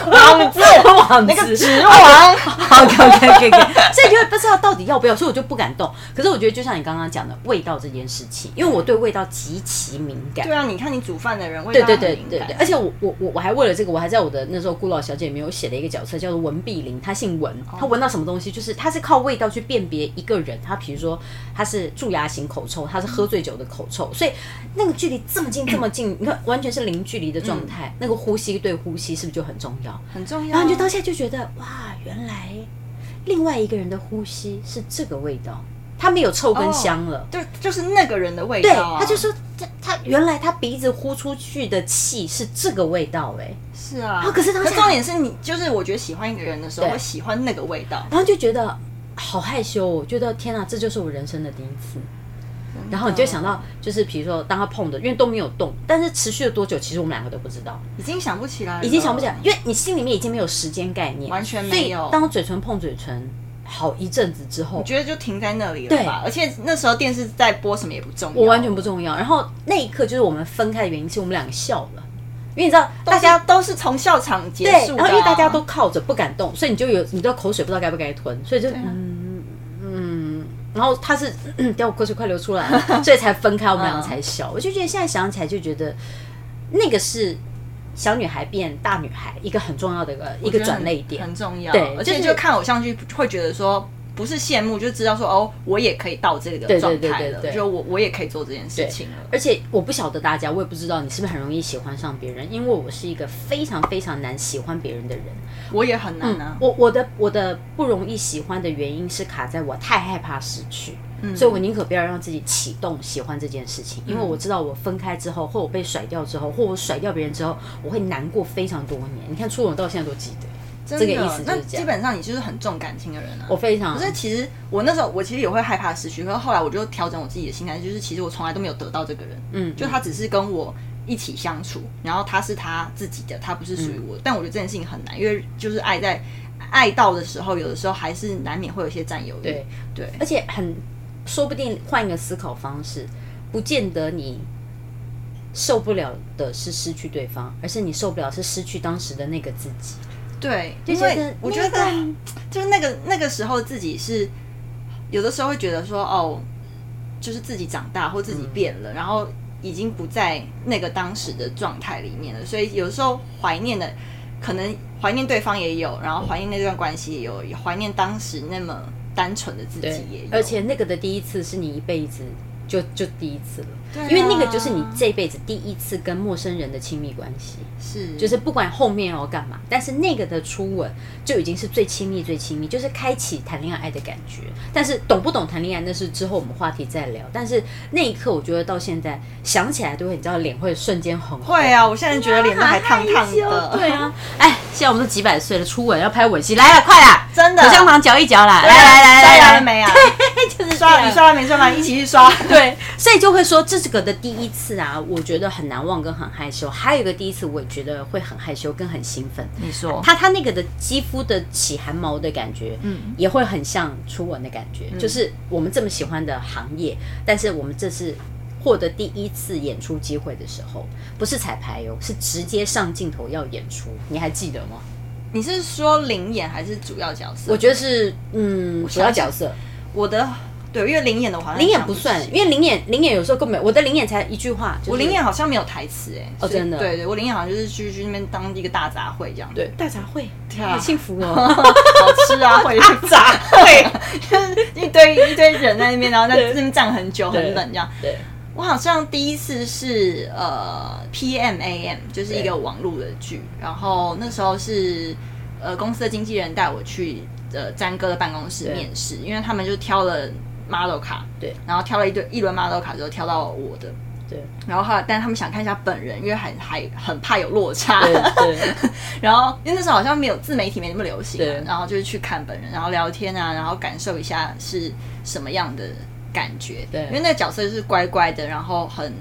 [SPEAKER 3] 网子，
[SPEAKER 5] 网 *laughs*
[SPEAKER 3] 那个
[SPEAKER 5] 子
[SPEAKER 3] 纸网，
[SPEAKER 5] 好，OK OK OK，所以就会不知道到底要不要，所以我就不敢动。可是我觉得，就像你刚刚讲的味道这件事情，因为我对味道极其敏
[SPEAKER 3] *laughs*
[SPEAKER 5] 感
[SPEAKER 3] 对。啊，你看你煮饭的人味
[SPEAKER 5] 对
[SPEAKER 3] 道
[SPEAKER 5] 对
[SPEAKER 3] 很
[SPEAKER 5] 对
[SPEAKER 3] 敏
[SPEAKER 5] 对
[SPEAKER 3] 感
[SPEAKER 5] 对，而且我我我我还为了这个，我还在我的那时候《孤老小姐》里面有写了一个角色叫做文碧玲，她姓文，
[SPEAKER 3] 哦
[SPEAKER 5] 她闻到什么东西，就是她是靠味道去辨别一个人，她比如说她是蛀牙型口臭，她是喝醉酒的口臭，所以那个距离这么近这么近，你看完全是零距离的状态，那个呼吸对呼吸是不是就很重要？
[SPEAKER 3] 很重要
[SPEAKER 5] 然
[SPEAKER 3] 嗯啊。
[SPEAKER 5] 后你就当下就觉得哇，原来另外一个人的呼吸是这个味道，他没有臭
[SPEAKER 3] 哦
[SPEAKER 5] 跟香了。
[SPEAKER 3] 就就是那个人的味
[SPEAKER 5] 对，
[SPEAKER 3] 道啊，
[SPEAKER 5] 他就说他他原来他鼻子呼出去的气是这个味道哎、
[SPEAKER 3] 是啊
[SPEAKER 5] 啊可是当下
[SPEAKER 3] 重点是你，就是我觉得喜欢一个人的时候，
[SPEAKER 5] 对
[SPEAKER 3] 会喜欢那个味道。
[SPEAKER 5] 然后就觉得好害羞、哦，觉得天哪，这就是我人生的第一次。
[SPEAKER 3] 嗯
[SPEAKER 5] 然后你就想到，就是比如说，当他碰的，因为都没有动，但是持续了多久，其实我们两个都不知道，
[SPEAKER 3] 已经想不起来了，
[SPEAKER 5] 已经想不起来，因为你心里面已经没有时间概念，
[SPEAKER 3] 嗯完全没有
[SPEAKER 5] 所以当嘴唇碰嘴唇好一阵子之后
[SPEAKER 3] 我，觉得就停在那里了吧。而且那时候电视在播什么也不重要，
[SPEAKER 5] 我完全不重要。然后那一刻就是我们分开的原因，是我们两个笑了，因为你知道大
[SPEAKER 3] 大
[SPEAKER 5] 家
[SPEAKER 3] 家都是从笑场结
[SPEAKER 5] 对，
[SPEAKER 3] 束的啊、
[SPEAKER 5] 然后因为大家都靠着不敢动，所以你就有你的口水不知道该不该吞，所以就、
[SPEAKER 3] 啊
[SPEAKER 5] 嗯嗯，然后他是嗯掉口水快流出 *laughs* 来了，所以才分开，我们两个才笑。我就觉得现在想起来就觉得那个是小女孩变大女孩一个很重要的一个一
[SPEAKER 3] 我觉
[SPEAKER 5] 个
[SPEAKER 3] 得
[SPEAKER 5] 转
[SPEAKER 3] 很
[SPEAKER 5] 泪点
[SPEAKER 3] 很。重要。
[SPEAKER 5] 对
[SPEAKER 3] 而且
[SPEAKER 5] 就是
[SPEAKER 3] 就看偶像剧会觉得说。不是羡慕，就知道说哦，我也可以到这个
[SPEAKER 5] 对对
[SPEAKER 3] 状
[SPEAKER 5] 对
[SPEAKER 3] 态
[SPEAKER 5] 对
[SPEAKER 3] 了，
[SPEAKER 5] 对嗯
[SPEAKER 3] 就我我也可以做这件事情了。
[SPEAKER 5] 而且我不晓得大家，我也不知道你是不是很容易喜欢上别人，因为我是一个非常非常难喜欢别人的人。
[SPEAKER 3] 我也很难啊，
[SPEAKER 5] 我我的我的不容易喜欢的原因是卡在我太害怕失去，
[SPEAKER 3] 嗯
[SPEAKER 5] 所以我宁可不要让自己启动喜欢这件事情，因为我知道我分开之后，或我被甩掉之后，或我甩掉别人之后，我会难过非常多年。你看初吻到现在都记得，
[SPEAKER 3] 真
[SPEAKER 5] 这
[SPEAKER 3] 的。
[SPEAKER 5] 个意思就是这
[SPEAKER 3] 那
[SPEAKER 5] 样嗯
[SPEAKER 3] 基本上你就是很重感情的人啊。
[SPEAKER 5] 我非常
[SPEAKER 3] 可是其实我那时候我其实也会害怕失去，可是后来我就调整我自己的心态，就是其实我从来都没有得到这个人，
[SPEAKER 5] 嗯
[SPEAKER 3] 就他只是跟我一起相处，然后他是他自己的，他不是属于
[SPEAKER 5] 嗯
[SPEAKER 3] 我的。但我觉得这件事情很难，因为就是爱在爱到的时候，有的时候还是难免会有一些占有欲。
[SPEAKER 5] 对
[SPEAKER 3] 对，
[SPEAKER 5] 而且很说不定换一个思考方式，不见得你受不了的是失去对方，而是你受不了是失去当时的那个自己。
[SPEAKER 3] 对，
[SPEAKER 5] 就
[SPEAKER 3] 因
[SPEAKER 5] 觉得
[SPEAKER 3] 为我觉
[SPEAKER 5] 那
[SPEAKER 3] 得
[SPEAKER 5] 个
[SPEAKER 3] 就是那个那个时候自己是有的时候会觉得说哦，就是自己长大或自
[SPEAKER 5] 嗯
[SPEAKER 3] 己变了，然后已经不在那个当时的状态里面了，所以有时候怀念的可能怀念对方也有，然后怀念那段关系也有，也怀念当时那么单纯的自己
[SPEAKER 5] 对
[SPEAKER 3] 也有，，
[SPEAKER 5] 而且那个的第一次是你一辈子就就第一次了，
[SPEAKER 3] 对啊
[SPEAKER 5] 因为那个就是你这辈子第一次跟陌生人的亲密关系，
[SPEAKER 3] 是
[SPEAKER 5] 就是不管后面要干嘛，但是那个的初吻就已经是最亲密、最亲密，就是开启谈恋爱的感觉。但是懂不懂谈恋爱，那是之后我们话题再聊。但是那一刻，我觉得到现在想起来都会，你知道脸会瞬间红。
[SPEAKER 3] 会啊，我现在觉得脸都还烫烫的， *laughs*
[SPEAKER 5] 对啊，哎，现在我们都几百岁了，初吻要拍吻戏，来了，快啦，
[SPEAKER 3] 真的
[SPEAKER 5] 口香糖嚼一嚼啦，来
[SPEAKER 3] 对啊
[SPEAKER 5] 来来来
[SPEAKER 3] 刷牙
[SPEAKER 5] 来 *laughs*
[SPEAKER 3] 了，没啊？
[SPEAKER 5] 就是这
[SPEAKER 3] 刷
[SPEAKER 5] 样
[SPEAKER 3] 了，你刷了没？刷完一起去
[SPEAKER 5] *laughs*
[SPEAKER 3] 刷。
[SPEAKER 5] 对，所以就会说这是个的第一次啊，我觉得很难忘跟很害羞。还有一个第一次，我也觉得会很害羞跟很兴奋。
[SPEAKER 3] 你说
[SPEAKER 5] 它它那个的肌肤的起汗毛的感觉，嗯，也会很像初吻的感觉。
[SPEAKER 3] 嗯
[SPEAKER 5] 就是我们这么喜欢的行业，但是我们这是获得第一次演出机会的时候，不是彩排哦，是直接上镜头要演出。你还记得吗？
[SPEAKER 3] 你是说灵演还是主要角色？
[SPEAKER 5] 我觉得是，嗯，主要角色。
[SPEAKER 3] 我的对，因为灵演的我好像
[SPEAKER 5] 灵眼
[SPEAKER 3] 想
[SPEAKER 5] 不算，
[SPEAKER 3] 起
[SPEAKER 5] 因为灵眼灵眼有时候根本我的灵眼才一句话，就是
[SPEAKER 3] 我灵演好像没有台词哎、
[SPEAKER 5] 哦
[SPEAKER 3] 所以
[SPEAKER 5] 真的
[SPEAKER 3] 对对，我灵演好像就是去去那边当一个大杂烩这样，
[SPEAKER 5] 对，大杂烩，
[SPEAKER 3] 对啊
[SPEAKER 5] 好幸福哦。
[SPEAKER 3] 好吃啊，会 *laughs* 杂烩，就是一堆一堆人在那边，然后在那边站很久，很冷这样。
[SPEAKER 5] 对，
[SPEAKER 3] 我好像第一次是呃 PMAM，就是一个网络的剧，然后那时候是呃公司的经纪人带我去呃詹哥的办公室
[SPEAKER 5] 对
[SPEAKER 3] 面试，因为他们就挑了 model 卡，
[SPEAKER 5] 对，
[SPEAKER 3] 然后挑了一堆一轮 model 卡之后挑到我的，
[SPEAKER 5] 对，
[SPEAKER 3] 然后后来但他们想看一下本人，因为还还很怕有落差，
[SPEAKER 5] 对 *laughs* 对，
[SPEAKER 3] 然后因为那时候好像没有自媒体没那么流行、啊
[SPEAKER 5] 对，
[SPEAKER 3] 然后就是去看本人，然后聊天啊，然后感受一下是什么样的感觉。
[SPEAKER 5] 对
[SPEAKER 3] 因为那个角色就是乖乖的，然后很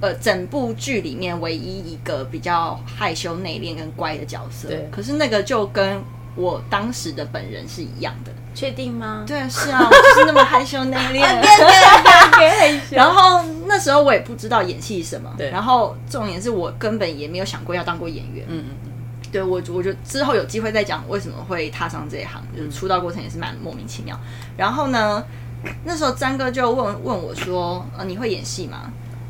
[SPEAKER 3] 呃，整部剧里面唯一一个比较害羞内敛跟乖的角色。
[SPEAKER 5] 对
[SPEAKER 3] 可是那个就跟我当时的本人是一样的。
[SPEAKER 5] 确定吗？
[SPEAKER 3] 对，是 *laughs* 啊，我就是那么害羞内敛。啊 *laughs*
[SPEAKER 5] 啊 *laughs*
[SPEAKER 3] 然后那时候我也不知道演戏是什么，
[SPEAKER 5] 对
[SPEAKER 3] 然后重点是我根本也没有想过要当过演员，
[SPEAKER 5] 嗯嗯
[SPEAKER 3] 对我，我就之后有机会再讲为什么会踏上这一行，
[SPEAKER 5] 嗯
[SPEAKER 3] 就是出道过程也是蛮莫名其妙。然后呢，那时候詹哥就问问我说：“呃，你会演戏吗？”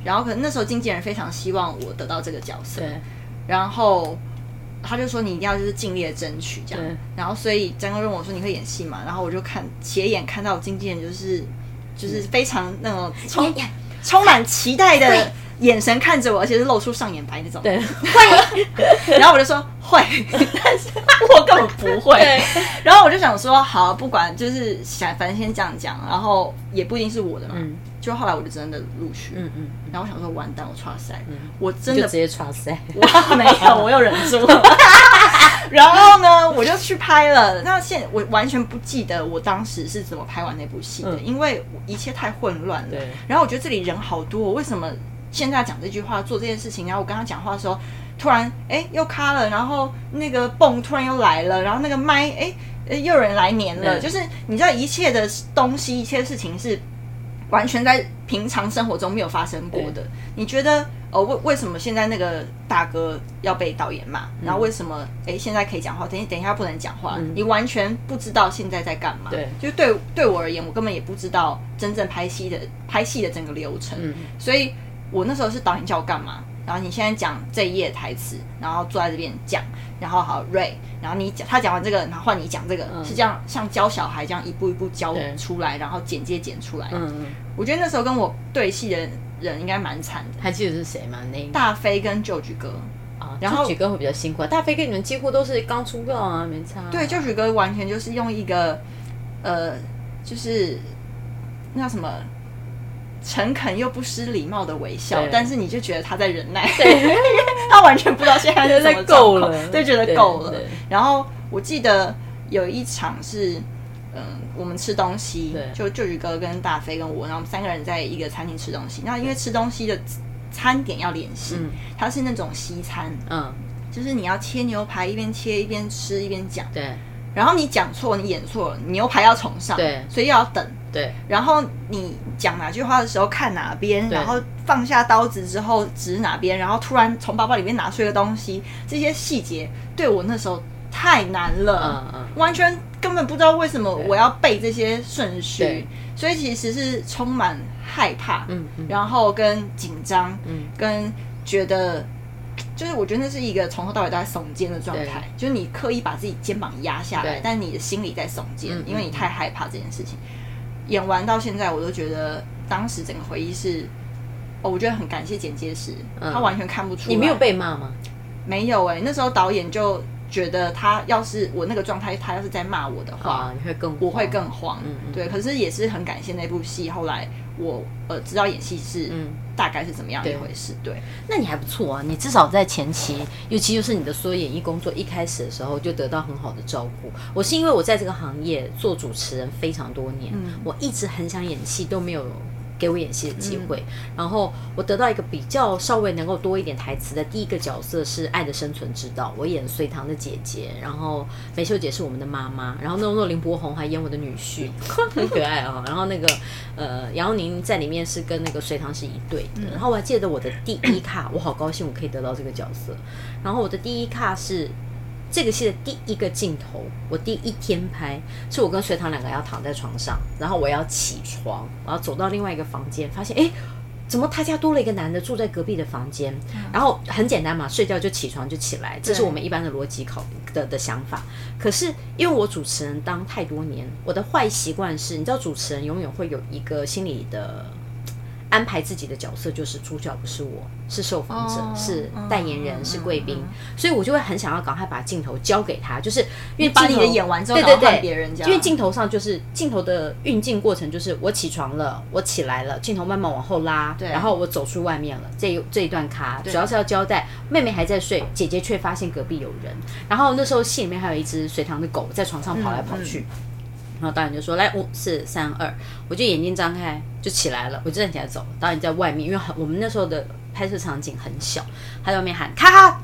[SPEAKER 3] 然后可能那时候经纪人非常希望我得到这个角色，
[SPEAKER 5] 对
[SPEAKER 3] 然后他就说你一定要就是尽力的争取这样
[SPEAKER 5] 对。
[SPEAKER 3] 然后所以詹哥问我说你会演戏吗？然后我就看斜眼看到经纪人就是就是
[SPEAKER 5] 嗯
[SPEAKER 3] 非常那种充、
[SPEAKER 5] 呀
[SPEAKER 3] 充满期待的眼神看着我，而且是露出上眼白那种。
[SPEAKER 5] 对，
[SPEAKER 3] *laughs* 然后我就说会，
[SPEAKER 5] *laughs*
[SPEAKER 3] 但是我根本不会。然后我就想说好，不管就是想反正先这样讲，然后也不一定是我的嘛。
[SPEAKER 5] 嗯
[SPEAKER 3] 就后来我就真的录取，
[SPEAKER 5] 嗯嗯，
[SPEAKER 3] 然后我想说完蛋，我差赛，
[SPEAKER 5] 嗯
[SPEAKER 3] 我真
[SPEAKER 5] 就
[SPEAKER 3] 的
[SPEAKER 5] 直接 t 塞。
[SPEAKER 3] *laughs* 我
[SPEAKER 5] 哎
[SPEAKER 3] 没有，
[SPEAKER 5] *laughs*
[SPEAKER 3] 我又忍住了。然后呢，我就去拍了。那现我完全不记得我当时是怎么拍完那部戏的，
[SPEAKER 5] 嗯
[SPEAKER 3] 因为一切太混乱了
[SPEAKER 5] 对。
[SPEAKER 3] 然后我觉得这里人好多，我为什么现在讲这句话、做这件事情？然后我跟他讲话的时候，突然哎又卡了，然后那个泵突然又来了，然后那个麦哎呃又有人来粘了，
[SPEAKER 5] 嗯
[SPEAKER 3] 就是你知道一切的东西、一切事情是完全在平常生活中没有发生过的。你觉得呃为为什么现在那个大哥要被导演骂？然后为什么哎、诶现在可以讲话，等一等一下不能讲话？
[SPEAKER 5] 嗯
[SPEAKER 3] 你完全不知道现在在干嘛。
[SPEAKER 5] 对，
[SPEAKER 3] 就对对我而言，我根本也不知道真正拍戏的拍戏的整个流程。
[SPEAKER 5] 嗯，
[SPEAKER 3] 所以我那时候是导演叫我干嘛，然后你现在讲这一页台词，然后坐在这边讲，然后好 Ray，然后你讲他讲完这个，然后换你讲这个，
[SPEAKER 5] 嗯
[SPEAKER 3] 是这样像教小孩这样一步一步教
[SPEAKER 5] 对
[SPEAKER 3] 出来，然后剪接剪出来。
[SPEAKER 5] 嗯，
[SPEAKER 3] 我觉得那时候跟我对戏的人应该蛮惨的，
[SPEAKER 5] 还记得是谁吗？那一
[SPEAKER 3] 大飞跟旧菊哥，
[SPEAKER 5] 啊，
[SPEAKER 3] 然后
[SPEAKER 5] 就举哥会比较辛苦啊，大飞跟你们几乎都是刚出道啊，没差啊。
[SPEAKER 3] 对，旧菊哥完全就是用一个呃，就是那叫什么。诚恳又不失礼貌的微笑
[SPEAKER 5] 对，
[SPEAKER 3] 但是你就觉得他在忍耐， *laughs* 他完全不知道现在是什么状
[SPEAKER 5] 够
[SPEAKER 3] 况
[SPEAKER 5] 了，
[SPEAKER 3] 对，觉得
[SPEAKER 5] 对
[SPEAKER 3] 够了
[SPEAKER 5] 对。
[SPEAKER 3] 然后我记得有一场是，嗯，我们吃东西
[SPEAKER 5] 对，
[SPEAKER 3] 就就宇哥跟大飞跟我，然后我们三个人在一个餐厅吃东西。那因为吃东西的餐点要联系，
[SPEAKER 5] 嗯
[SPEAKER 3] 它是那种西餐，
[SPEAKER 5] 嗯，
[SPEAKER 3] 就是你要切牛排，一边切一边吃一边讲。
[SPEAKER 5] 对
[SPEAKER 3] 然后你讲错，你演错了，牛排要重上，
[SPEAKER 5] 对
[SPEAKER 3] 所以要等。
[SPEAKER 5] 对
[SPEAKER 3] 然后你讲哪句话的时候看哪边，
[SPEAKER 5] 对
[SPEAKER 3] 然后放下刀子之后指哪边，然后突然从包包里面拿出一个东西，这些细节对我那时候太难了，
[SPEAKER 5] 嗯
[SPEAKER 3] 完全根本不知道为什么
[SPEAKER 5] 对
[SPEAKER 3] 我要背这些顺
[SPEAKER 5] 对
[SPEAKER 3] 序，所以其实是充满害怕，
[SPEAKER 5] 嗯嗯
[SPEAKER 3] 然后跟紧张，
[SPEAKER 5] 嗯
[SPEAKER 3] 跟觉得就是我觉得那是一个从头到尾都在耸肩的状态，就是你刻意把自己肩膀压下来
[SPEAKER 5] 对，
[SPEAKER 3] 但你的心里在耸肩
[SPEAKER 5] 嗯，
[SPEAKER 3] 因为你太害怕这件事情。演完到现在，我都觉得当时整个回忆是，哦，我觉得很感谢剪接师，
[SPEAKER 5] 嗯
[SPEAKER 3] 他完全看不出来
[SPEAKER 5] 你没有被骂吗？
[SPEAKER 3] 没有哎、那时候导演就觉得他要是我那个状态，他要是在骂我的话，
[SPEAKER 5] 啊，你会更
[SPEAKER 3] 我会更慌。
[SPEAKER 5] 嗯嗯
[SPEAKER 3] 对，可是也是很感谢那部戏，后来我呃知道演戏是、
[SPEAKER 5] 嗯
[SPEAKER 3] 大概是怎么样一回事。对，
[SPEAKER 5] 那你还不错啊，你至少在前期，尤其就是你的所有演艺工作一开始的时候就得到很好的照顾。我是因为我在这个行业做主持人非常多年，我一直很想演戏，都没有给我演戏的机会。然后我得到一个比较稍微能够多一点台词的第一个角色是《爱的生存之道》，我演隋唐的姐姐，然后美秀姐是我们的妈妈， *laughs* 然后诺诺林柏宏还演我的女婿，很可爱啊、然后那个呃杨宁在里面是跟那个隋唐是一对的，然后我还记得我的第一卡，我好高兴我可以得到这个角色，然后我的第一卡是这个戏的第一个镜头，我第一天拍，是我跟隋唐两个要躺在床上，然后我要起床，我要走到另外一个房间，发现哎。诶怎么他家多了一个男的住在隔壁的房间？然后很简单嘛，睡觉就起床就起来，这是我们一般的逻辑考的的想法。可是因为我主持人当太多年，我的坏习惯是，你知道主持人永远会有一个心理的安排自己的角色，就是主角不是我，是受访者，
[SPEAKER 3] 哦嗯
[SPEAKER 5] 是代言人，是贵宾，所以我就会很想要赶快把镜头交给他，就是因为
[SPEAKER 3] 把
[SPEAKER 5] 镜
[SPEAKER 3] 你
[SPEAKER 5] 头
[SPEAKER 3] 的演完之后
[SPEAKER 5] 对对
[SPEAKER 3] 然后换
[SPEAKER 5] 对，
[SPEAKER 3] 别人这样
[SPEAKER 5] 因为镜头上就是镜头的运镜过程，就是我起床了，我起来了，镜头慢慢往后拉，
[SPEAKER 3] 对
[SPEAKER 5] 然后我走出外面了，这一这一段卡主要是要交代妹妹还在睡，姐姐却发现隔壁有人，然后那时候戏里面还有一只隋唐的狗在床上跑来跑去。然后导演就说：“来，五四三二，我就眼睛张开就起来了，我就站起来走。导演在外面，因为很我们那时候的拍摄场景很小，他在外面喊：‘咔，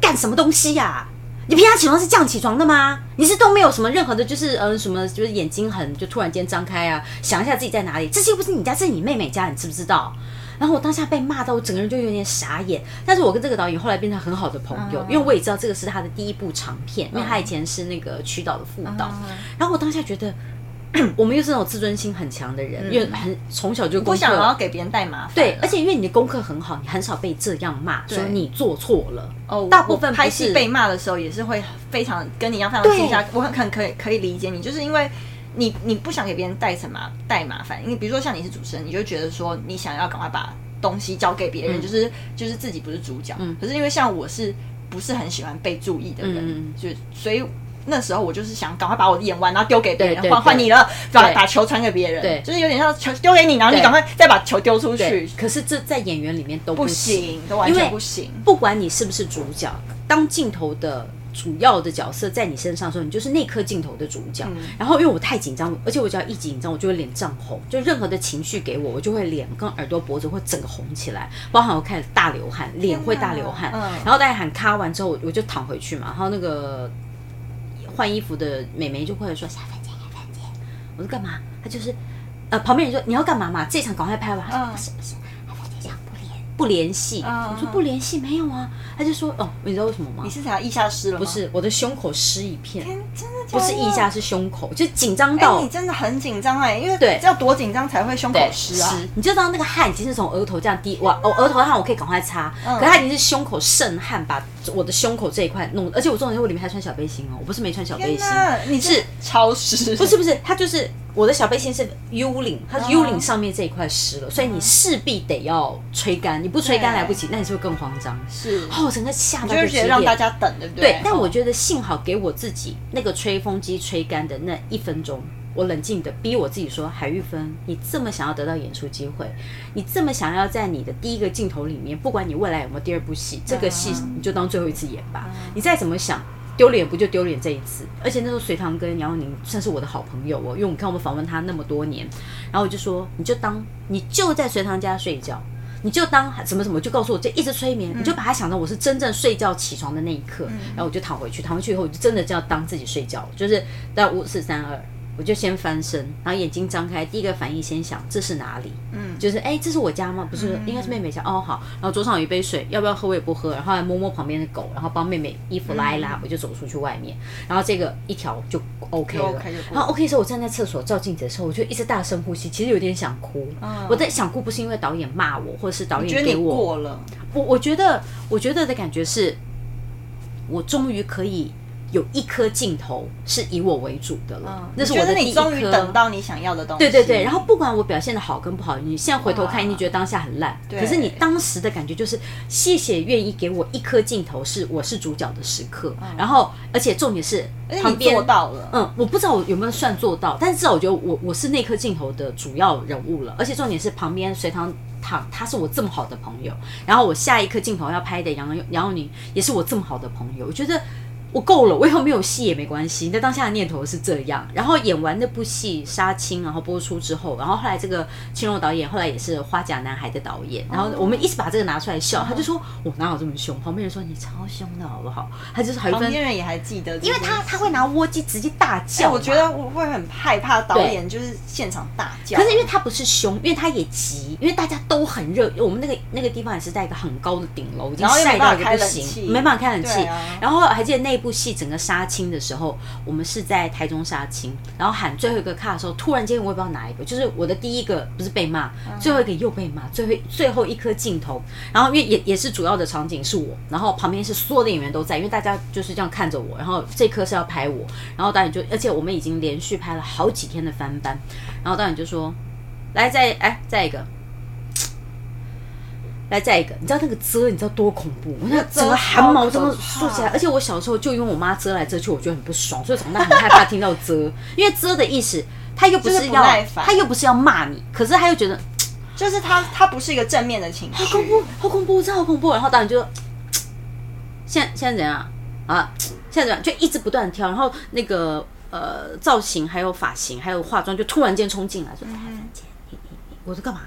[SPEAKER 5] 干什么东西呀、你平常起床是这样起床的吗？你是都没有什么任何的，就是嗯、呃什么，就是眼睛很就突然间张开啊，想一下自己在哪里？这些不是你家，这是你妹妹家，你知不知道？然后我当下被骂到，我整个人就有点傻眼。但是我跟这个导演后来变成很好的朋
[SPEAKER 3] 啊
[SPEAKER 5] 友，因为我也知道这个是他的第一部长片，因为他以前是那个曲导的副导。
[SPEAKER 3] 啊嗯
[SPEAKER 5] 然后我当下觉得， *clears throat* 我们又是那种自尊心很强的人，因为很从小就
[SPEAKER 3] 嗯不
[SPEAKER 5] 功课
[SPEAKER 3] 想要给别人带麻烦。
[SPEAKER 5] 对，而且因为你的功课很好，你很少被这样骂，说你做错了。
[SPEAKER 3] 哦，我
[SPEAKER 5] 大部分
[SPEAKER 3] 我拍
[SPEAKER 5] 不是
[SPEAKER 3] 戏被骂的时候也是会非常跟你一样非常惊吓，我很很可以可以理解你，就是因为你你不想给别人带什么带麻烦，因为比如说像你是主持人，你就觉得说你想要赶快把东西交给别人，嗯就是就是自己不是主角，可是因为像我是不是很喜欢被注意的人，
[SPEAKER 5] 嗯
[SPEAKER 3] 就所以。那时候我就是想赶快把我演完，然后丢给别
[SPEAKER 5] 对
[SPEAKER 3] 人，
[SPEAKER 5] 对
[SPEAKER 3] 换
[SPEAKER 5] 对
[SPEAKER 3] 换你了，把
[SPEAKER 5] 对
[SPEAKER 3] 把球传给别人，
[SPEAKER 5] 对
[SPEAKER 3] 就是有点像球丢给你，然后你
[SPEAKER 5] 对
[SPEAKER 3] 赶快再把球丢出
[SPEAKER 5] 对
[SPEAKER 3] 去，，
[SPEAKER 5] 可是这在演员里面都
[SPEAKER 3] 不
[SPEAKER 5] 行。
[SPEAKER 3] 行，都完
[SPEAKER 5] 因
[SPEAKER 3] 全
[SPEAKER 5] 为
[SPEAKER 3] 不行。
[SPEAKER 5] 不管你是不是主角，当镜头的主要的角色在你身上的时候，你就是那颗镜头的主角。然后因为我太紧张，而且我只要一紧张，我就会脸涨红，就任何的情绪给我，我就会脸跟耳朵、脖子会整个红起来，包含我开始大流汗，脸会大流汗。
[SPEAKER 3] 天哪嗯
[SPEAKER 5] 然后大家喊咔完之后，我我就躺回去嘛，然后那个换衣服的美眉就会说下饭姐，下饭姐，我说干嘛？她就是。呃，旁边人说你要干嘛嘛？这场赶快拍完。她说
[SPEAKER 3] 嗯
[SPEAKER 5] 不是不是，还在这场不联不联系。
[SPEAKER 3] 嗯
[SPEAKER 5] 我说不联系没有啊，他就说哦，你知道为什么吗
[SPEAKER 3] 你？是才腋下湿了吗？
[SPEAKER 5] 不是，我的胸口湿一片，
[SPEAKER 3] 天，真的假
[SPEAKER 5] 不
[SPEAKER 3] 的
[SPEAKER 5] 是腋下，是胸口，就紧张
[SPEAKER 3] 哎、
[SPEAKER 5] 到
[SPEAKER 3] 你真的很紧张哎，因为
[SPEAKER 5] 对
[SPEAKER 3] 要多紧张才会胸口湿啊。嗯
[SPEAKER 5] 你就知道那个汗已经是从额头这样滴，我我额头的汗我可以赶快擦，可它已经是胸口渗汗，把我的胸口这一块弄，而且我重点是我里面还穿小背心哦，我不是没穿小背
[SPEAKER 3] 天
[SPEAKER 5] 心，
[SPEAKER 3] 哪，你是超湿？
[SPEAKER 5] 不是不是，它就是我的小背心是 U 领，它
[SPEAKER 3] 嗯
[SPEAKER 5] 是 U 领上面这一块湿了，所以你势必得要吹干，你不吹干
[SPEAKER 3] 对
[SPEAKER 5] 来不及，那你是会更慌张。
[SPEAKER 3] 是，
[SPEAKER 5] 哦，我整个吓
[SPEAKER 3] 你
[SPEAKER 5] 到
[SPEAKER 3] 就是
[SPEAKER 5] 极
[SPEAKER 3] 觉得让
[SPEAKER 5] 点
[SPEAKER 3] 大家等，对不
[SPEAKER 5] 对
[SPEAKER 3] 对，
[SPEAKER 5] 但我
[SPEAKER 3] 哦
[SPEAKER 5] 觉得幸好给我自己那个吹风机吹干的那一分钟，我冷静的逼我自己说：海玉芬，你这么想要得到演出机会，你这么想要在你的第一个镜头里面，不管你未来有没有第二部戏，这个戏你就当最后一次演吧。你再怎么想。丢脸不就丢脸这一次？而且那时候隋唐跟杨佑宁算是我的好朋友哦，因为我们看我们访问他那么多年，然后我就说，你就当你就在隋唐家睡觉，你就当什么什么，就告诉我，就一直催眠，
[SPEAKER 3] 嗯
[SPEAKER 5] 你就把它想成我是真正睡觉起床的那一刻，然后我就躺回去，躺回去以后，我就真的就要当自己睡觉，就是到五四三二，我就先翻身，然后眼睛张开，第一个反应先想这是哪里？嗯，就是哎、这是我家吗？不是，应该是妹妹家。
[SPEAKER 3] 嗯
[SPEAKER 5] 哦，好。然后桌上有一杯水，要不要喝？我也不喝，然后还摸摸旁边的狗，然后帮妹妹衣服拉一
[SPEAKER 3] 嗯
[SPEAKER 5] 拉，我就走出去外面。然后这个一条就 OK
[SPEAKER 3] 就
[SPEAKER 5] 了。
[SPEAKER 3] OK 就过
[SPEAKER 5] 然后 OK 的时候，我站在厕所照镜子的时候，我就一直大声呼吸，其实有点想哭。我在想哭，不是因为导演骂我，或者是导
[SPEAKER 3] 我觉嗯
[SPEAKER 5] 演
[SPEAKER 3] 得你
[SPEAKER 5] 给我
[SPEAKER 3] 过了，
[SPEAKER 5] 我我觉得，我觉得的感觉是，我终于可以有一颗镜头是以我为主的了。嗯那是我
[SPEAKER 3] 觉
[SPEAKER 5] 的
[SPEAKER 3] 得
[SPEAKER 5] 第一
[SPEAKER 3] 嗯你
[SPEAKER 5] 颗。
[SPEAKER 3] 终于等到你想要的东西。
[SPEAKER 5] 对对对，然后不管我表现的好跟不好，你现在回头
[SPEAKER 3] 哇
[SPEAKER 5] 看，你觉得当下很烂，
[SPEAKER 3] 对
[SPEAKER 5] 可是你当时的感觉就是谢谢愿意给我一颗镜头，是我是主角的时刻。然后，而且重点是
[SPEAKER 3] 嗯而且
[SPEAKER 5] 旁
[SPEAKER 3] 你
[SPEAKER 5] 边
[SPEAKER 3] 做到了，
[SPEAKER 5] 嗯，我不知道我有没有算做到，但是至少我觉得我我是那颗镜头的主要人物了，而且重点是旁边隋唐躺他是我这么好的朋友，然后我下一颗镜头要拍的杨杨佑宁也是我这么好的朋友，我觉得我够了，我以后没有戏也没关系。那当下的念头是这样，然后演完那部戏《杀青》，然后播出之后，然后后来这个青龙导演后来也是《花甲男孩》的导
[SPEAKER 3] 哦
[SPEAKER 5] 演，然后我们一直把这个拿出来笑，他就说我哪有这么凶，旁边人说你超凶的好不好？他就是还
[SPEAKER 3] 旁
[SPEAKER 5] 分。
[SPEAKER 3] 边人也还记得这件
[SPEAKER 5] 因
[SPEAKER 3] 事，
[SPEAKER 5] 为他他会拿窝机直接大
[SPEAKER 3] 哎，
[SPEAKER 5] 叫嘛、
[SPEAKER 3] 我觉得我会很害怕导演就是现场大叫，
[SPEAKER 5] 可是因为他不是凶，因为他也急，因为大家都很热。我们那个那个地方也是在一个很高的顶楼，已经
[SPEAKER 3] 然后又
[SPEAKER 5] 晒
[SPEAKER 3] 没办
[SPEAKER 5] 到
[SPEAKER 3] 法
[SPEAKER 5] 一
[SPEAKER 3] 开
[SPEAKER 5] 个不
[SPEAKER 3] 冷气
[SPEAKER 5] 行，没办法开冷气
[SPEAKER 3] 对。啊
[SPEAKER 5] 然后还记得那部戏整个杀青的时候，我们是在台中杀青，然后喊最后一个卡的时候，突然间我也不知道哪一个，就是我的第一个不是被骂，
[SPEAKER 3] 嗯
[SPEAKER 5] 最后一个又被骂，最后最后一颗镜头，然后因为也也是主要的场景是我，然后旁边是所有的演员都在，因为大家就是这样看着我，然后这颗是要拍我，然后导演就，而且我们已经连续拍了好几天的翻班，然后导演就说。来再哎再一个，来再一个，你知道那个遮你知道多恐怖？我那整个汗毛这么竖起来，而且我小时候就因为我妈遮来遮去，我觉得很不爽，所以长大很害怕听到遮，因为遮的意思。他又不
[SPEAKER 3] 就是
[SPEAKER 5] 是
[SPEAKER 3] 不
[SPEAKER 5] 要，
[SPEAKER 3] 耐烦
[SPEAKER 5] 他又不是要骂你，可是他又觉得
[SPEAKER 3] 就是他他不是一个正面的情绪，
[SPEAKER 5] 好恐怖，好恐怖，真的好恐怖。然后导演就说，现在现在怎样啊？现在怎样？就一直不断挑，然后那个呃造型还有发型还有化妆，就突然间冲进来说，
[SPEAKER 3] 嗯
[SPEAKER 5] 哎，芬姐，你你你，我说干嘛？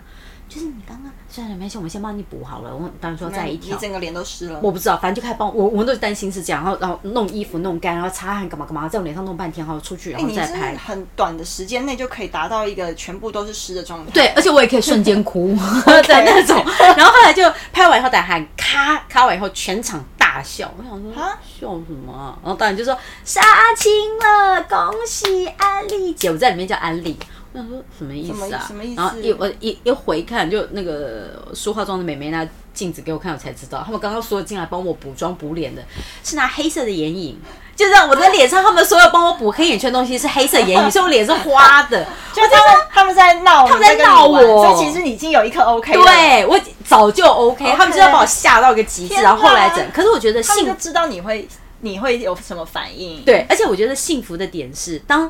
[SPEAKER 5] 就是你刚刚，算了，没事，我们先帮你补好了。我导演说再一
[SPEAKER 3] 你
[SPEAKER 5] 条，
[SPEAKER 3] 整个脸都湿了。
[SPEAKER 5] 我不知道，反正就开始帮我，我们都担心是这样，然后然后弄衣服弄干，然后擦汗干嘛干嘛，在我脸上弄半天，然后出去然
[SPEAKER 3] 哎
[SPEAKER 5] 后
[SPEAKER 3] 你
[SPEAKER 5] 再
[SPEAKER 3] 真
[SPEAKER 5] 拍
[SPEAKER 3] 的。很短的时间内就可以达到一个全部都是湿的状态。
[SPEAKER 5] 对，而且我也可以瞬
[SPEAKER 3] *laughs*
[SPEAKER 5] 间哭的那种。然后后来就拍完以后，大家喊咔咔完以后，全场大笑。我想说
[SPEAKER 3] 啊
[SPEAKER 5] 笑什么啊、然后导演就说杀青了，恭喜安利姐。我在里面叫安利。我想说什么意思啊？
[SPEAKER 3] 什么意什么意思
[SPEAKER 5] 然后一我一一回看，就那个梳化妆的美眉拿镜子给我看，我才知道他们刚刚所有进来帮我补妆补脸的，是拿黑色的眼影。就这样，我的脸上他们所有帮我补黑眼圈的东西是黑色眼影，所以我脸是花的。
[SPEAKER 3] 就是他们他们在闹你，
[SPEAKER 5] 他们在闹我
[SPEAKER 3] 跟你玩所以其实你已经有一颗 OK 了，
[SPEAKER 5] 对我早就 OK，, 他们就要把我吓到一个极致，
[SPEAKER 3] 天哪
[SPEAKER 5] 然后后来整。可是我觉得
[SPEAKER 3] 他们就
[SPEAKER 5] 幸
[SPEAKER 3] 知道你会你会有什么反应。
[SPEAKER 5] 对，而且我觉得幸福的点是，当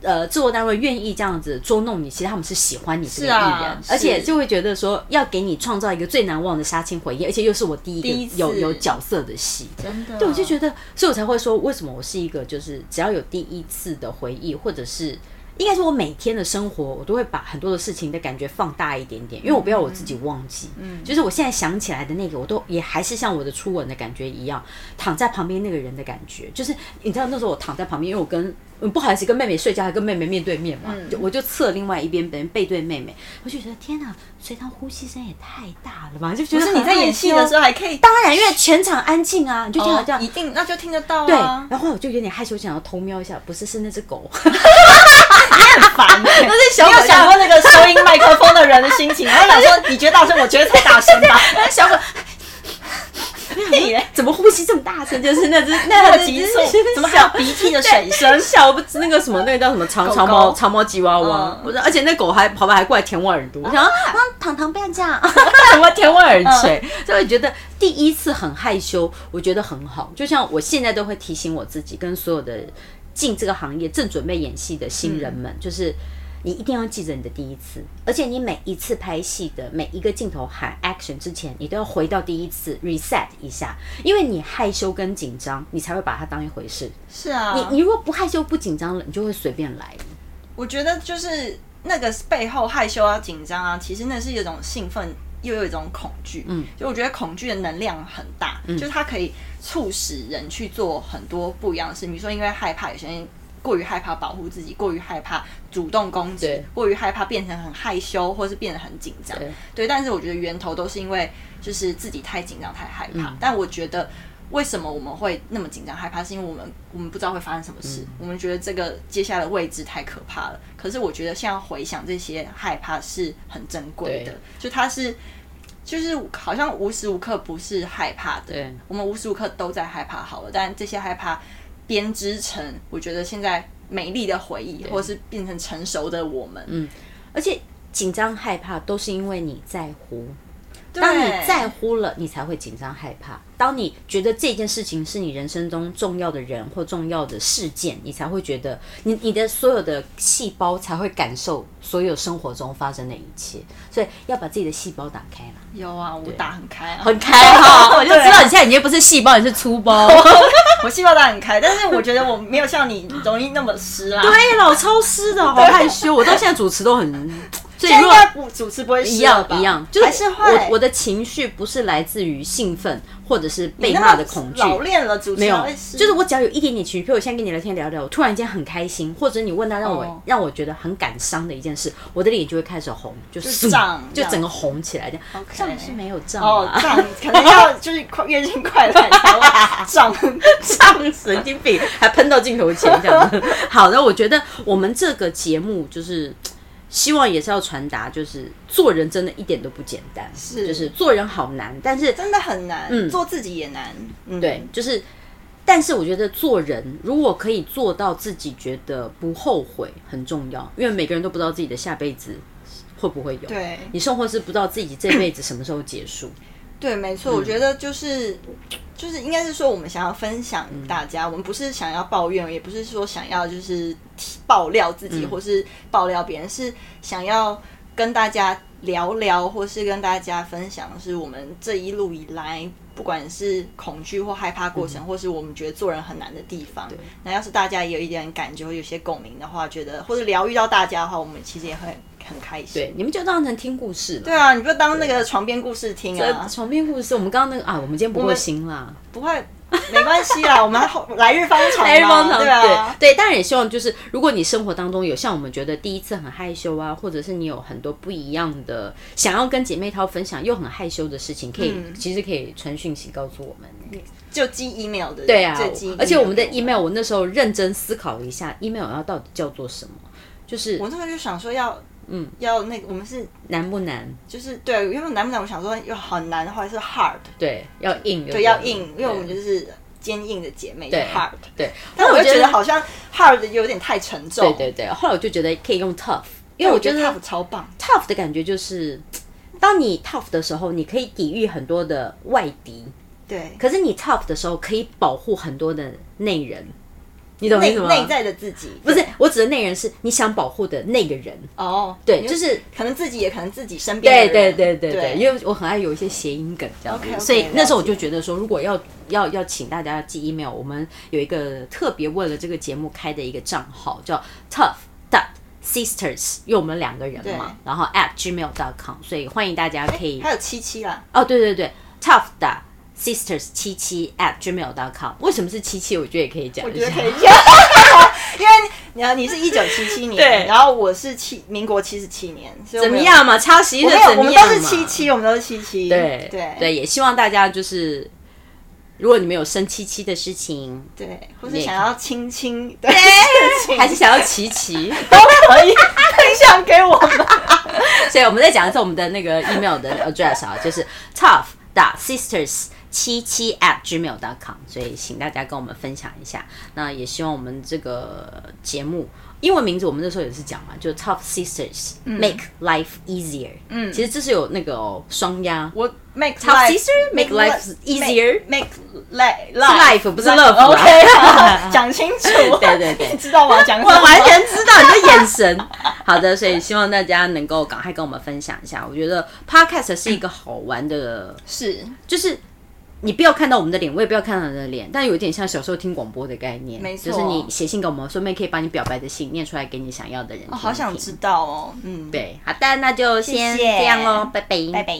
[SPEAKER 5] 呃制作单位愿意这样子捉弄你，其实他们是喜欢你这个艺
[SPEAKER 3] 是
[SPEAKER 5] 人，
[SPEAKER 3] 啊是
[SPEAKER 5] 而且就会觉得说要给你创造一个最难忘的杀青回忆，而且又是我第一个
[SPEAKER 3] 第一次
[SPEAKER 5] 有有角色的戏。
[SPEAKER 3] 真的，
[SPEAKER 5] 对，我就觉得，所以我才会说，为什么我是一个就是只要有第一次的回忆，或者是应该说我每天的生活，我都会把很多的事情的感觉放大一点点，因为我不要我自己忘记。嗯，就是我现在想起来的那个，我都也还是像我的初吻的感觉一样，躺在旁边那个人的感觉，就是你知道那时候我躺在旁边，因为我跟。嗯，不好意思，跟妹妹睡觉，还跟妹妹面对面嘛，
[SPEAKER 3] 嗯
[SPEAKER 5] 就我就侧另外一边，等于背对妹妹，我就觉得天哪，隋唐呼吸声也太大了吧，就
[SPEAKER 3] 就
[SPEAKER 5] 觉得
[SPEAKER 3] 是你在演戏的时
[SPEAKER 5] 候，
[SPEAKER 3] 候还可以
[SPEAKER 5] 当然因为全场安静啊，你就听到这样、
[SPEAKER 3] 哦一定那就听得到
[SPEAKER 5] 对，
[SPEAKER 3] 啊，
[SPEAKER 5] 然后我就有点害羞，想要偷瞄一下，不是是那只
[SPEAKER 3] *laughs*
[SPEAKER 5] 狗，啊
[SPEAKER 3] 很烦欸。
[SPEAKER 5] 那是
[SPEAKER 3] 你有
[SPEAKER 5] 想
[SPEAKER 3] 想过那个收音麦克风的人的心情？然后想说，你觉得大声，我觉得太大声
[SPEAKER 5] *laughs*
[SPEAKER 3] 吧。
[SPEAKER 5] 小狗
[SPEAKER 3] 你嘞，
[SPEAKER 5] 哎怎么呼吸这么大声？就是那只
[SPEAKER 3] *laughs* 那
[SPEAKER 5] 那
[SPEAKER 3] 么
[SPEAKER 5] 只
[SPEAKER 3] 急
[SPEAKER 5] *laughs*
[SPEAKER 3] 促，怎么还有鼻涕的水声？
[SPEAKER 5] 小不那个什么那个叫什么长
[SPEAKER 3] 狗狗
[SPEAKER 5] 长毛长毛吉娃娃
[SPEAKER 3] 嗯，
[SPEAKER 5] 我说而且那狗还跑跑还过来舔我耳朵，我想啊
[SPEAKER 2] 啊，糖糖不要
[SPEAKER 5] *laughs*
[SPEAKER 2] 这样。
[SPEAKER 5] 什么舔我耳垂，
[SPEAKER 3] 嗯
[SPEAKER 5] 所以我觉得第一次很害羞，我觉得很好。就像我现在都会提醒我自己，跟所有的进这个行业正准备演戏的新人
[SPEAKER 3] 嗯
[SPEAKER 5] 们，就是你一定要记着你的第一次，而且你每一次拍戏的每一个镜头喊 action 之前，你都要回到第一次 reset 一下，因为你害羞跟紧张，你才会把它当一回事。
[SPEAKER 3] 是啊
[SPEAKER 5] 你你如果不害羞不紧张了，你就会随便来。
[SPEAKER 3] 我觉得就是那个背后害羞啊、紧张啊，其实那是一种兴奋，又有一种恐惧。嗯，所以我觉得恐惧的能量很
[SPEAKER 5] 嗯
[SPEAKER 3] 大，就是它可以促使人去做很多不一样的事。比如说，因为害怕，有些人过于害怕保护自己，过于害怕主动攻击
[SPEAKER 5] 对，
[SPEAKER 3] 过于害怕变成很害羞，或是变得很紧张。
[SPEAKER 5] 对
[SPEAKER 3] 对，但是我觉得源头都是因为就是自己太紧张、太害怕。
[SPEAKER 5] 嗯
[SPEAKER 3] 但我觉得为什么我们会那么紧张、害怕，是因为我们我们不知道会发生什么
[SPEAKER 5] 嗯
[SPEAKER 3] 事，我们觉得这个接下来的未知太可怕了。可是我觉得现在回想这些害怕是很珍贵的
[SPEAKER 5] 对，
[SPEAKER 3] 就它是。就是好像无时无刻不是害怕的，
[SPEAKER 5] 对
[SPEAKER 3] 我们无时无刻都在害怕。好了，但这些害怕编织成，我觉得现在美丽的回忆，或是变成成熟的我们。嗯，
[SPEAKER 5] 而且紧张害怕都是因为你在乎，
[SPEAKER 3] 当
[SPEAKER 5] 当你在乎了，你才会紧张害怕。当你觉得这件事情是你人生中重要的人或重要的事件，你才会觉得你你的所有的细胞才会感受所有生活中发生的一切。所以要把自己的细胞打开啦，
[SPEAKER 3] 有啊，我打很开啊，
[SPEAKER 5] 很开哈、 *laughs* 我就知道你现在已经不是细胞，你是粗胞。
[SPEAKER 3] 我细胞打很开，但是我觉得我没有像你容易那么湿啊啦。，
[SPEAKER 5] *laughs* 对，老超湿的，好害羞。我到现在主持都 *laughs* 很，所以如
[SPEAKER 3] 应
[SPEAKER 5] 果
[SPEAKER 3] 该不主持不会湿
[SPEAKER 5] 一样
[SPEAKER 3] 了吧
[SPEAKER 5] 一样，就是
[SPEAKER 3] 还是会
[SPEAKER 5] 我我的情绪不是来自于兴奋或者是被
[SPEAKER 3] 你那
[SPEAKER 5] 骂
[SPEAKER 3] 么
[SPEAKER 5] 的恐惧，
[SPEAKER 3] 老练了主持
[SPEAKER 5] 没有
[SPEAKER 3] 会，湿
[SPEAKER 5] 就是我只要有一点点情绪，譬如我现在跟你聊天聊聊，我突然间很开心，或者你问到让我、
[SPEAKER 3] 哦
[SPEAKER 5] 让我觉得很感伤的一件事，我的脸就会开始红，就
[SPEAKER 3] 就
[SPEAKER 5] 就
[SPEAKER 3] 胀这
[SPEAKER 5] 就
[SPEAKER 3] 样哦
[SPEAKER 5] 整个红起来这样。
[SPEAKER 3] OK
[SPEAKER 5] 胀是没有胀
[SPEAKER 3] 哦
[SPEAKER 5] 啊，
[SPEAKER 3] 胀，可能要就是快月经快来才会胀。
[SPEAKER 5] *laughs* 胀神经病，还喷到镜头前这样子。 *laughs* 好的，我觉得我们这个节目就是。希望也是要传达，就是做人真的一点都不简单，
[SPEAKER 3] 是
[SPEAKER 5] 就是做人好难，但是
[SPEAKER 3] 真的很难，
[SPEAKER 5] 嗯
[SPEAKER 3] 做自己也难。嗯，
[SPEAKER 5] 对，就是，但是我觉得做人如果可以做到自己觉得不后悔很重要，因为每个人都不知道自己的下辈子会不会有，
[SPEAKER 3] 对
[SPEAKER 5] 你生活是不知道自己这辈子什么时候结束，
[SPEAKER 3] 对，没错，我
[SPEAKER 5] 嗯
[SPEAKER 3] 觉得就是就是应该是说，我们想要分享
[SPEAKER 5] 嗯
[SPEAKER 3] 大家，我们不是想要抱怨，也不是说想要就是提爆料自
[SPEAKER 5] 嗯
[SPEAKER 3] 己、或是爆料别人，是想要跟大家聊聊，或是跟大家分享，是我们这一路以来。不管是恐惧或害怕过
[SPEAKER 5] 嗯
[SPEAKER 3] 程，或是我们觉得做人很难的地方，那要是大家也有一点感觉，或有些共鸣的话，觉得或者疗愈到大家的话，我们其实也会很开心。
[SPEAKER 5] 对，你们就当成听故事了。
[SPEAKER 3] 对啊，你就当那个床边故事听啊
[SPEAKER 5] 呃，，床边故事，我们刚刚那个啊，我们今天不会新啦，
[SPEAKER 3] 不会，没关系啦，我们后来日方长嘛，
[SPEAKER 5] 日方长
[SPEAKER 3] 对啊，
[SPEAKER 5] 对对，当然也希望就是，如果你生活当中有像我们觉得第一次很害羞啊，或者是你有很多不一样的想要跟姐妹淘分享又很害羞的事情，可以、
[SPEAKER 3] 嗯
[SPEAKER 5] 其实可以传讯息告诉我们。
[SPEAKER 3] 就寄 email 的，
[SPEAKER 5] 对啊
[SPEAKER 3] 就寄 email，
[SPEAKER 5] 而且我们的 email 我那时候认真思考了一下，email 要到底叫做什么，就是
[SPEAKER 3] 我那时候就想说要，嗯，要那个我们是
[SPEAKER 5] 难不难？
[SPEAKER 3] 就是对，因为难不难？我想说又很难，后来是 hard，
[SPEAKER 5] 对，要硬，
[SPEAKER 3] 对，要硬，因为我们就是是坚硬的姐妹
[SPEAKER 5] 对
[SPEAKER 3] ，hard。
[SPEAKER 5] 对。
[SPEAKER 3] 但我就
[SPEAKER 5] 就
[SPEAKER 3] 觉得好像 hard 有点太沉重，
[SPEAKER 5] 对对对，后来我就觉得可以用 tough，
[SPEAKER 3] 对，
[SPEAKER 5] 因为
[SPEAKER 3] 我
[SPEAKER 5] 我
[SPEAKER 3] 觉
[SPEAKER 5] 觉
[SPEAKER 3] 得
[SPEAKER 5] 得
[SPEAKER 3] tough 超棒，
[SPEAKER 5] tough 的感觉就是，当你 tough 的时候，你可以抵御很多的外敌，
[SPEAKER 3] 对，
[SPEAKER 5] 可是你 tough 的时候可以保护很多的内人，你懂我意
[SPEAKER 3] 内
[SPEAKER 5] 思吗？
[SPEAKER 3] 内在的自己
[SPEAKER 5] 不是，我指的内人是你想保护的那个人，
[SPEAKER 3] 哦，
[SPEAKER 5] 对，
[SPEAKER 3] 你
[SPEAKER 5] 就是
[SPEAKER 3] 可能自己也可能自己身边的
[SPEAKER 5] 对
[SPEAKER 3] 人，
[SPEAKER 5] 对对对对，
[SPEAKER 3] 对，
[SPEAKER 5] 因为我很爱有一些谐音梗这样子
[SPEAKER 3] OK，OK，
[SPEAKER 5] 所以
[SPEAKER 3] 了解
[SPEAKER 5] 那时候我就觉得说，如果要要要请大家寄 email，我们有一个特别为了这个节目开的一个账号叫 Tough Dot Sisters，因为我们两个人嘛，然后 at gmail.com，所以欢迎大家可以
[SPEAKER 3] 还有七七啦，
[SPEAKER 5] 哦，对对对，Tough Dot Sisters 七七 at gmail.com，为什么是七七？我觉得也可以讲
[SPEAKER 3] 我
[SPEAKER 5] 一
[SPEAKER 3] 觉得。
[SPEAKER 5] 下
[SPEAKER 3] 可以讲， *laughs* 因为你你是一九七七年，
[SPEAKER 5] 对
[SPEAKER 3] 然后我是七民国七十七年，所以我
[SPEAKER 5] 怎么
[SPEAKER 3] 们有？
[SPEAKER 5] 样嘛？差十一
[SPEAKER 3] 我
[SPEAKER 5] 岁
[SPEAKER 3] 们有，
[SPEAKER 5] 怎
[SPEAKER 3] 我
[SPEAKER 5] 么
[SPEAKER 3] 们
[SPEAKER 5] 样
[SPEAKER 3] 都
[SPEAKER 5] 嘛？
[SPEAKER 3] 是七七，我们都是七七，
[SPEAKER 5] 对
[SPEAKER 3] 对
[SPEAKER 5] 对，也希望大家就是，如果你们有生七七的事情，
[SPEAKER 3] 对，或是想要亲
[SPEAKER 5] *laughs*
[SPEAKER 3] 亲的事情
[SPEAKER 5] 还是想要琪琪，
[SPEAKER 3] 都可以分享给我们。
[SPEAKER 5] 所以我们再讲一次我们的那个 email 的 address 啊，就是 tough sisters 七七 at gmail com，所以请大家跟我们分享一下。那也希望我们这个节目英文名字我们那时候也是讲嘛，就 tough sisters make life easier。嗯，其实这是有那个哦双押。
[SPEAKER 3] 我 make
[SPEAKER 5] Tough
[SPEAKER 3] life-
[SPEAKER 5] sister, make
[SPEAKER 3] li-
[SPEAKER 5] life easier.
[SPEAKER 3] make life
[SPEAKER 5] 是 life，不是 love 啊
[SPEAKER 3] OK，好
[SPEAKER 5] *laughs*
[SPEAKER 3] 讲清楚。
[SPEAKER 5] 对对对
[SPEAKER 3] *laughs* 你知道我要讲什
[SPEAKER 5] 我
[SPEAKER 3] 么？
[SPEAKER 5] 完全知道你的眼神。 *laughs* 好的，所以希望大家能够赶快跟我们分享一下。我觉得 podcast 是一个好玩的
[SPEAKER 3] 是
[SPEAKER 5] 就是你不要看到我们的脸，我也不要看到你的脸，但有点像小时候听广播的概念，
[SPEAKER 3] 没错
[SPEAKER 5] 就是你写信给我们，顺便可以把你表白的信念出来给你想要的人听一听、
[SPEAKER 3] 哦，好想知道哦。嗯，
[SPEAKER 5] 对，好的，那就先
[SPEAKER 3] 谢谢
[SPEAKER 5] 这样喽，拜拜，
[SPEAKER 3] 拜拜。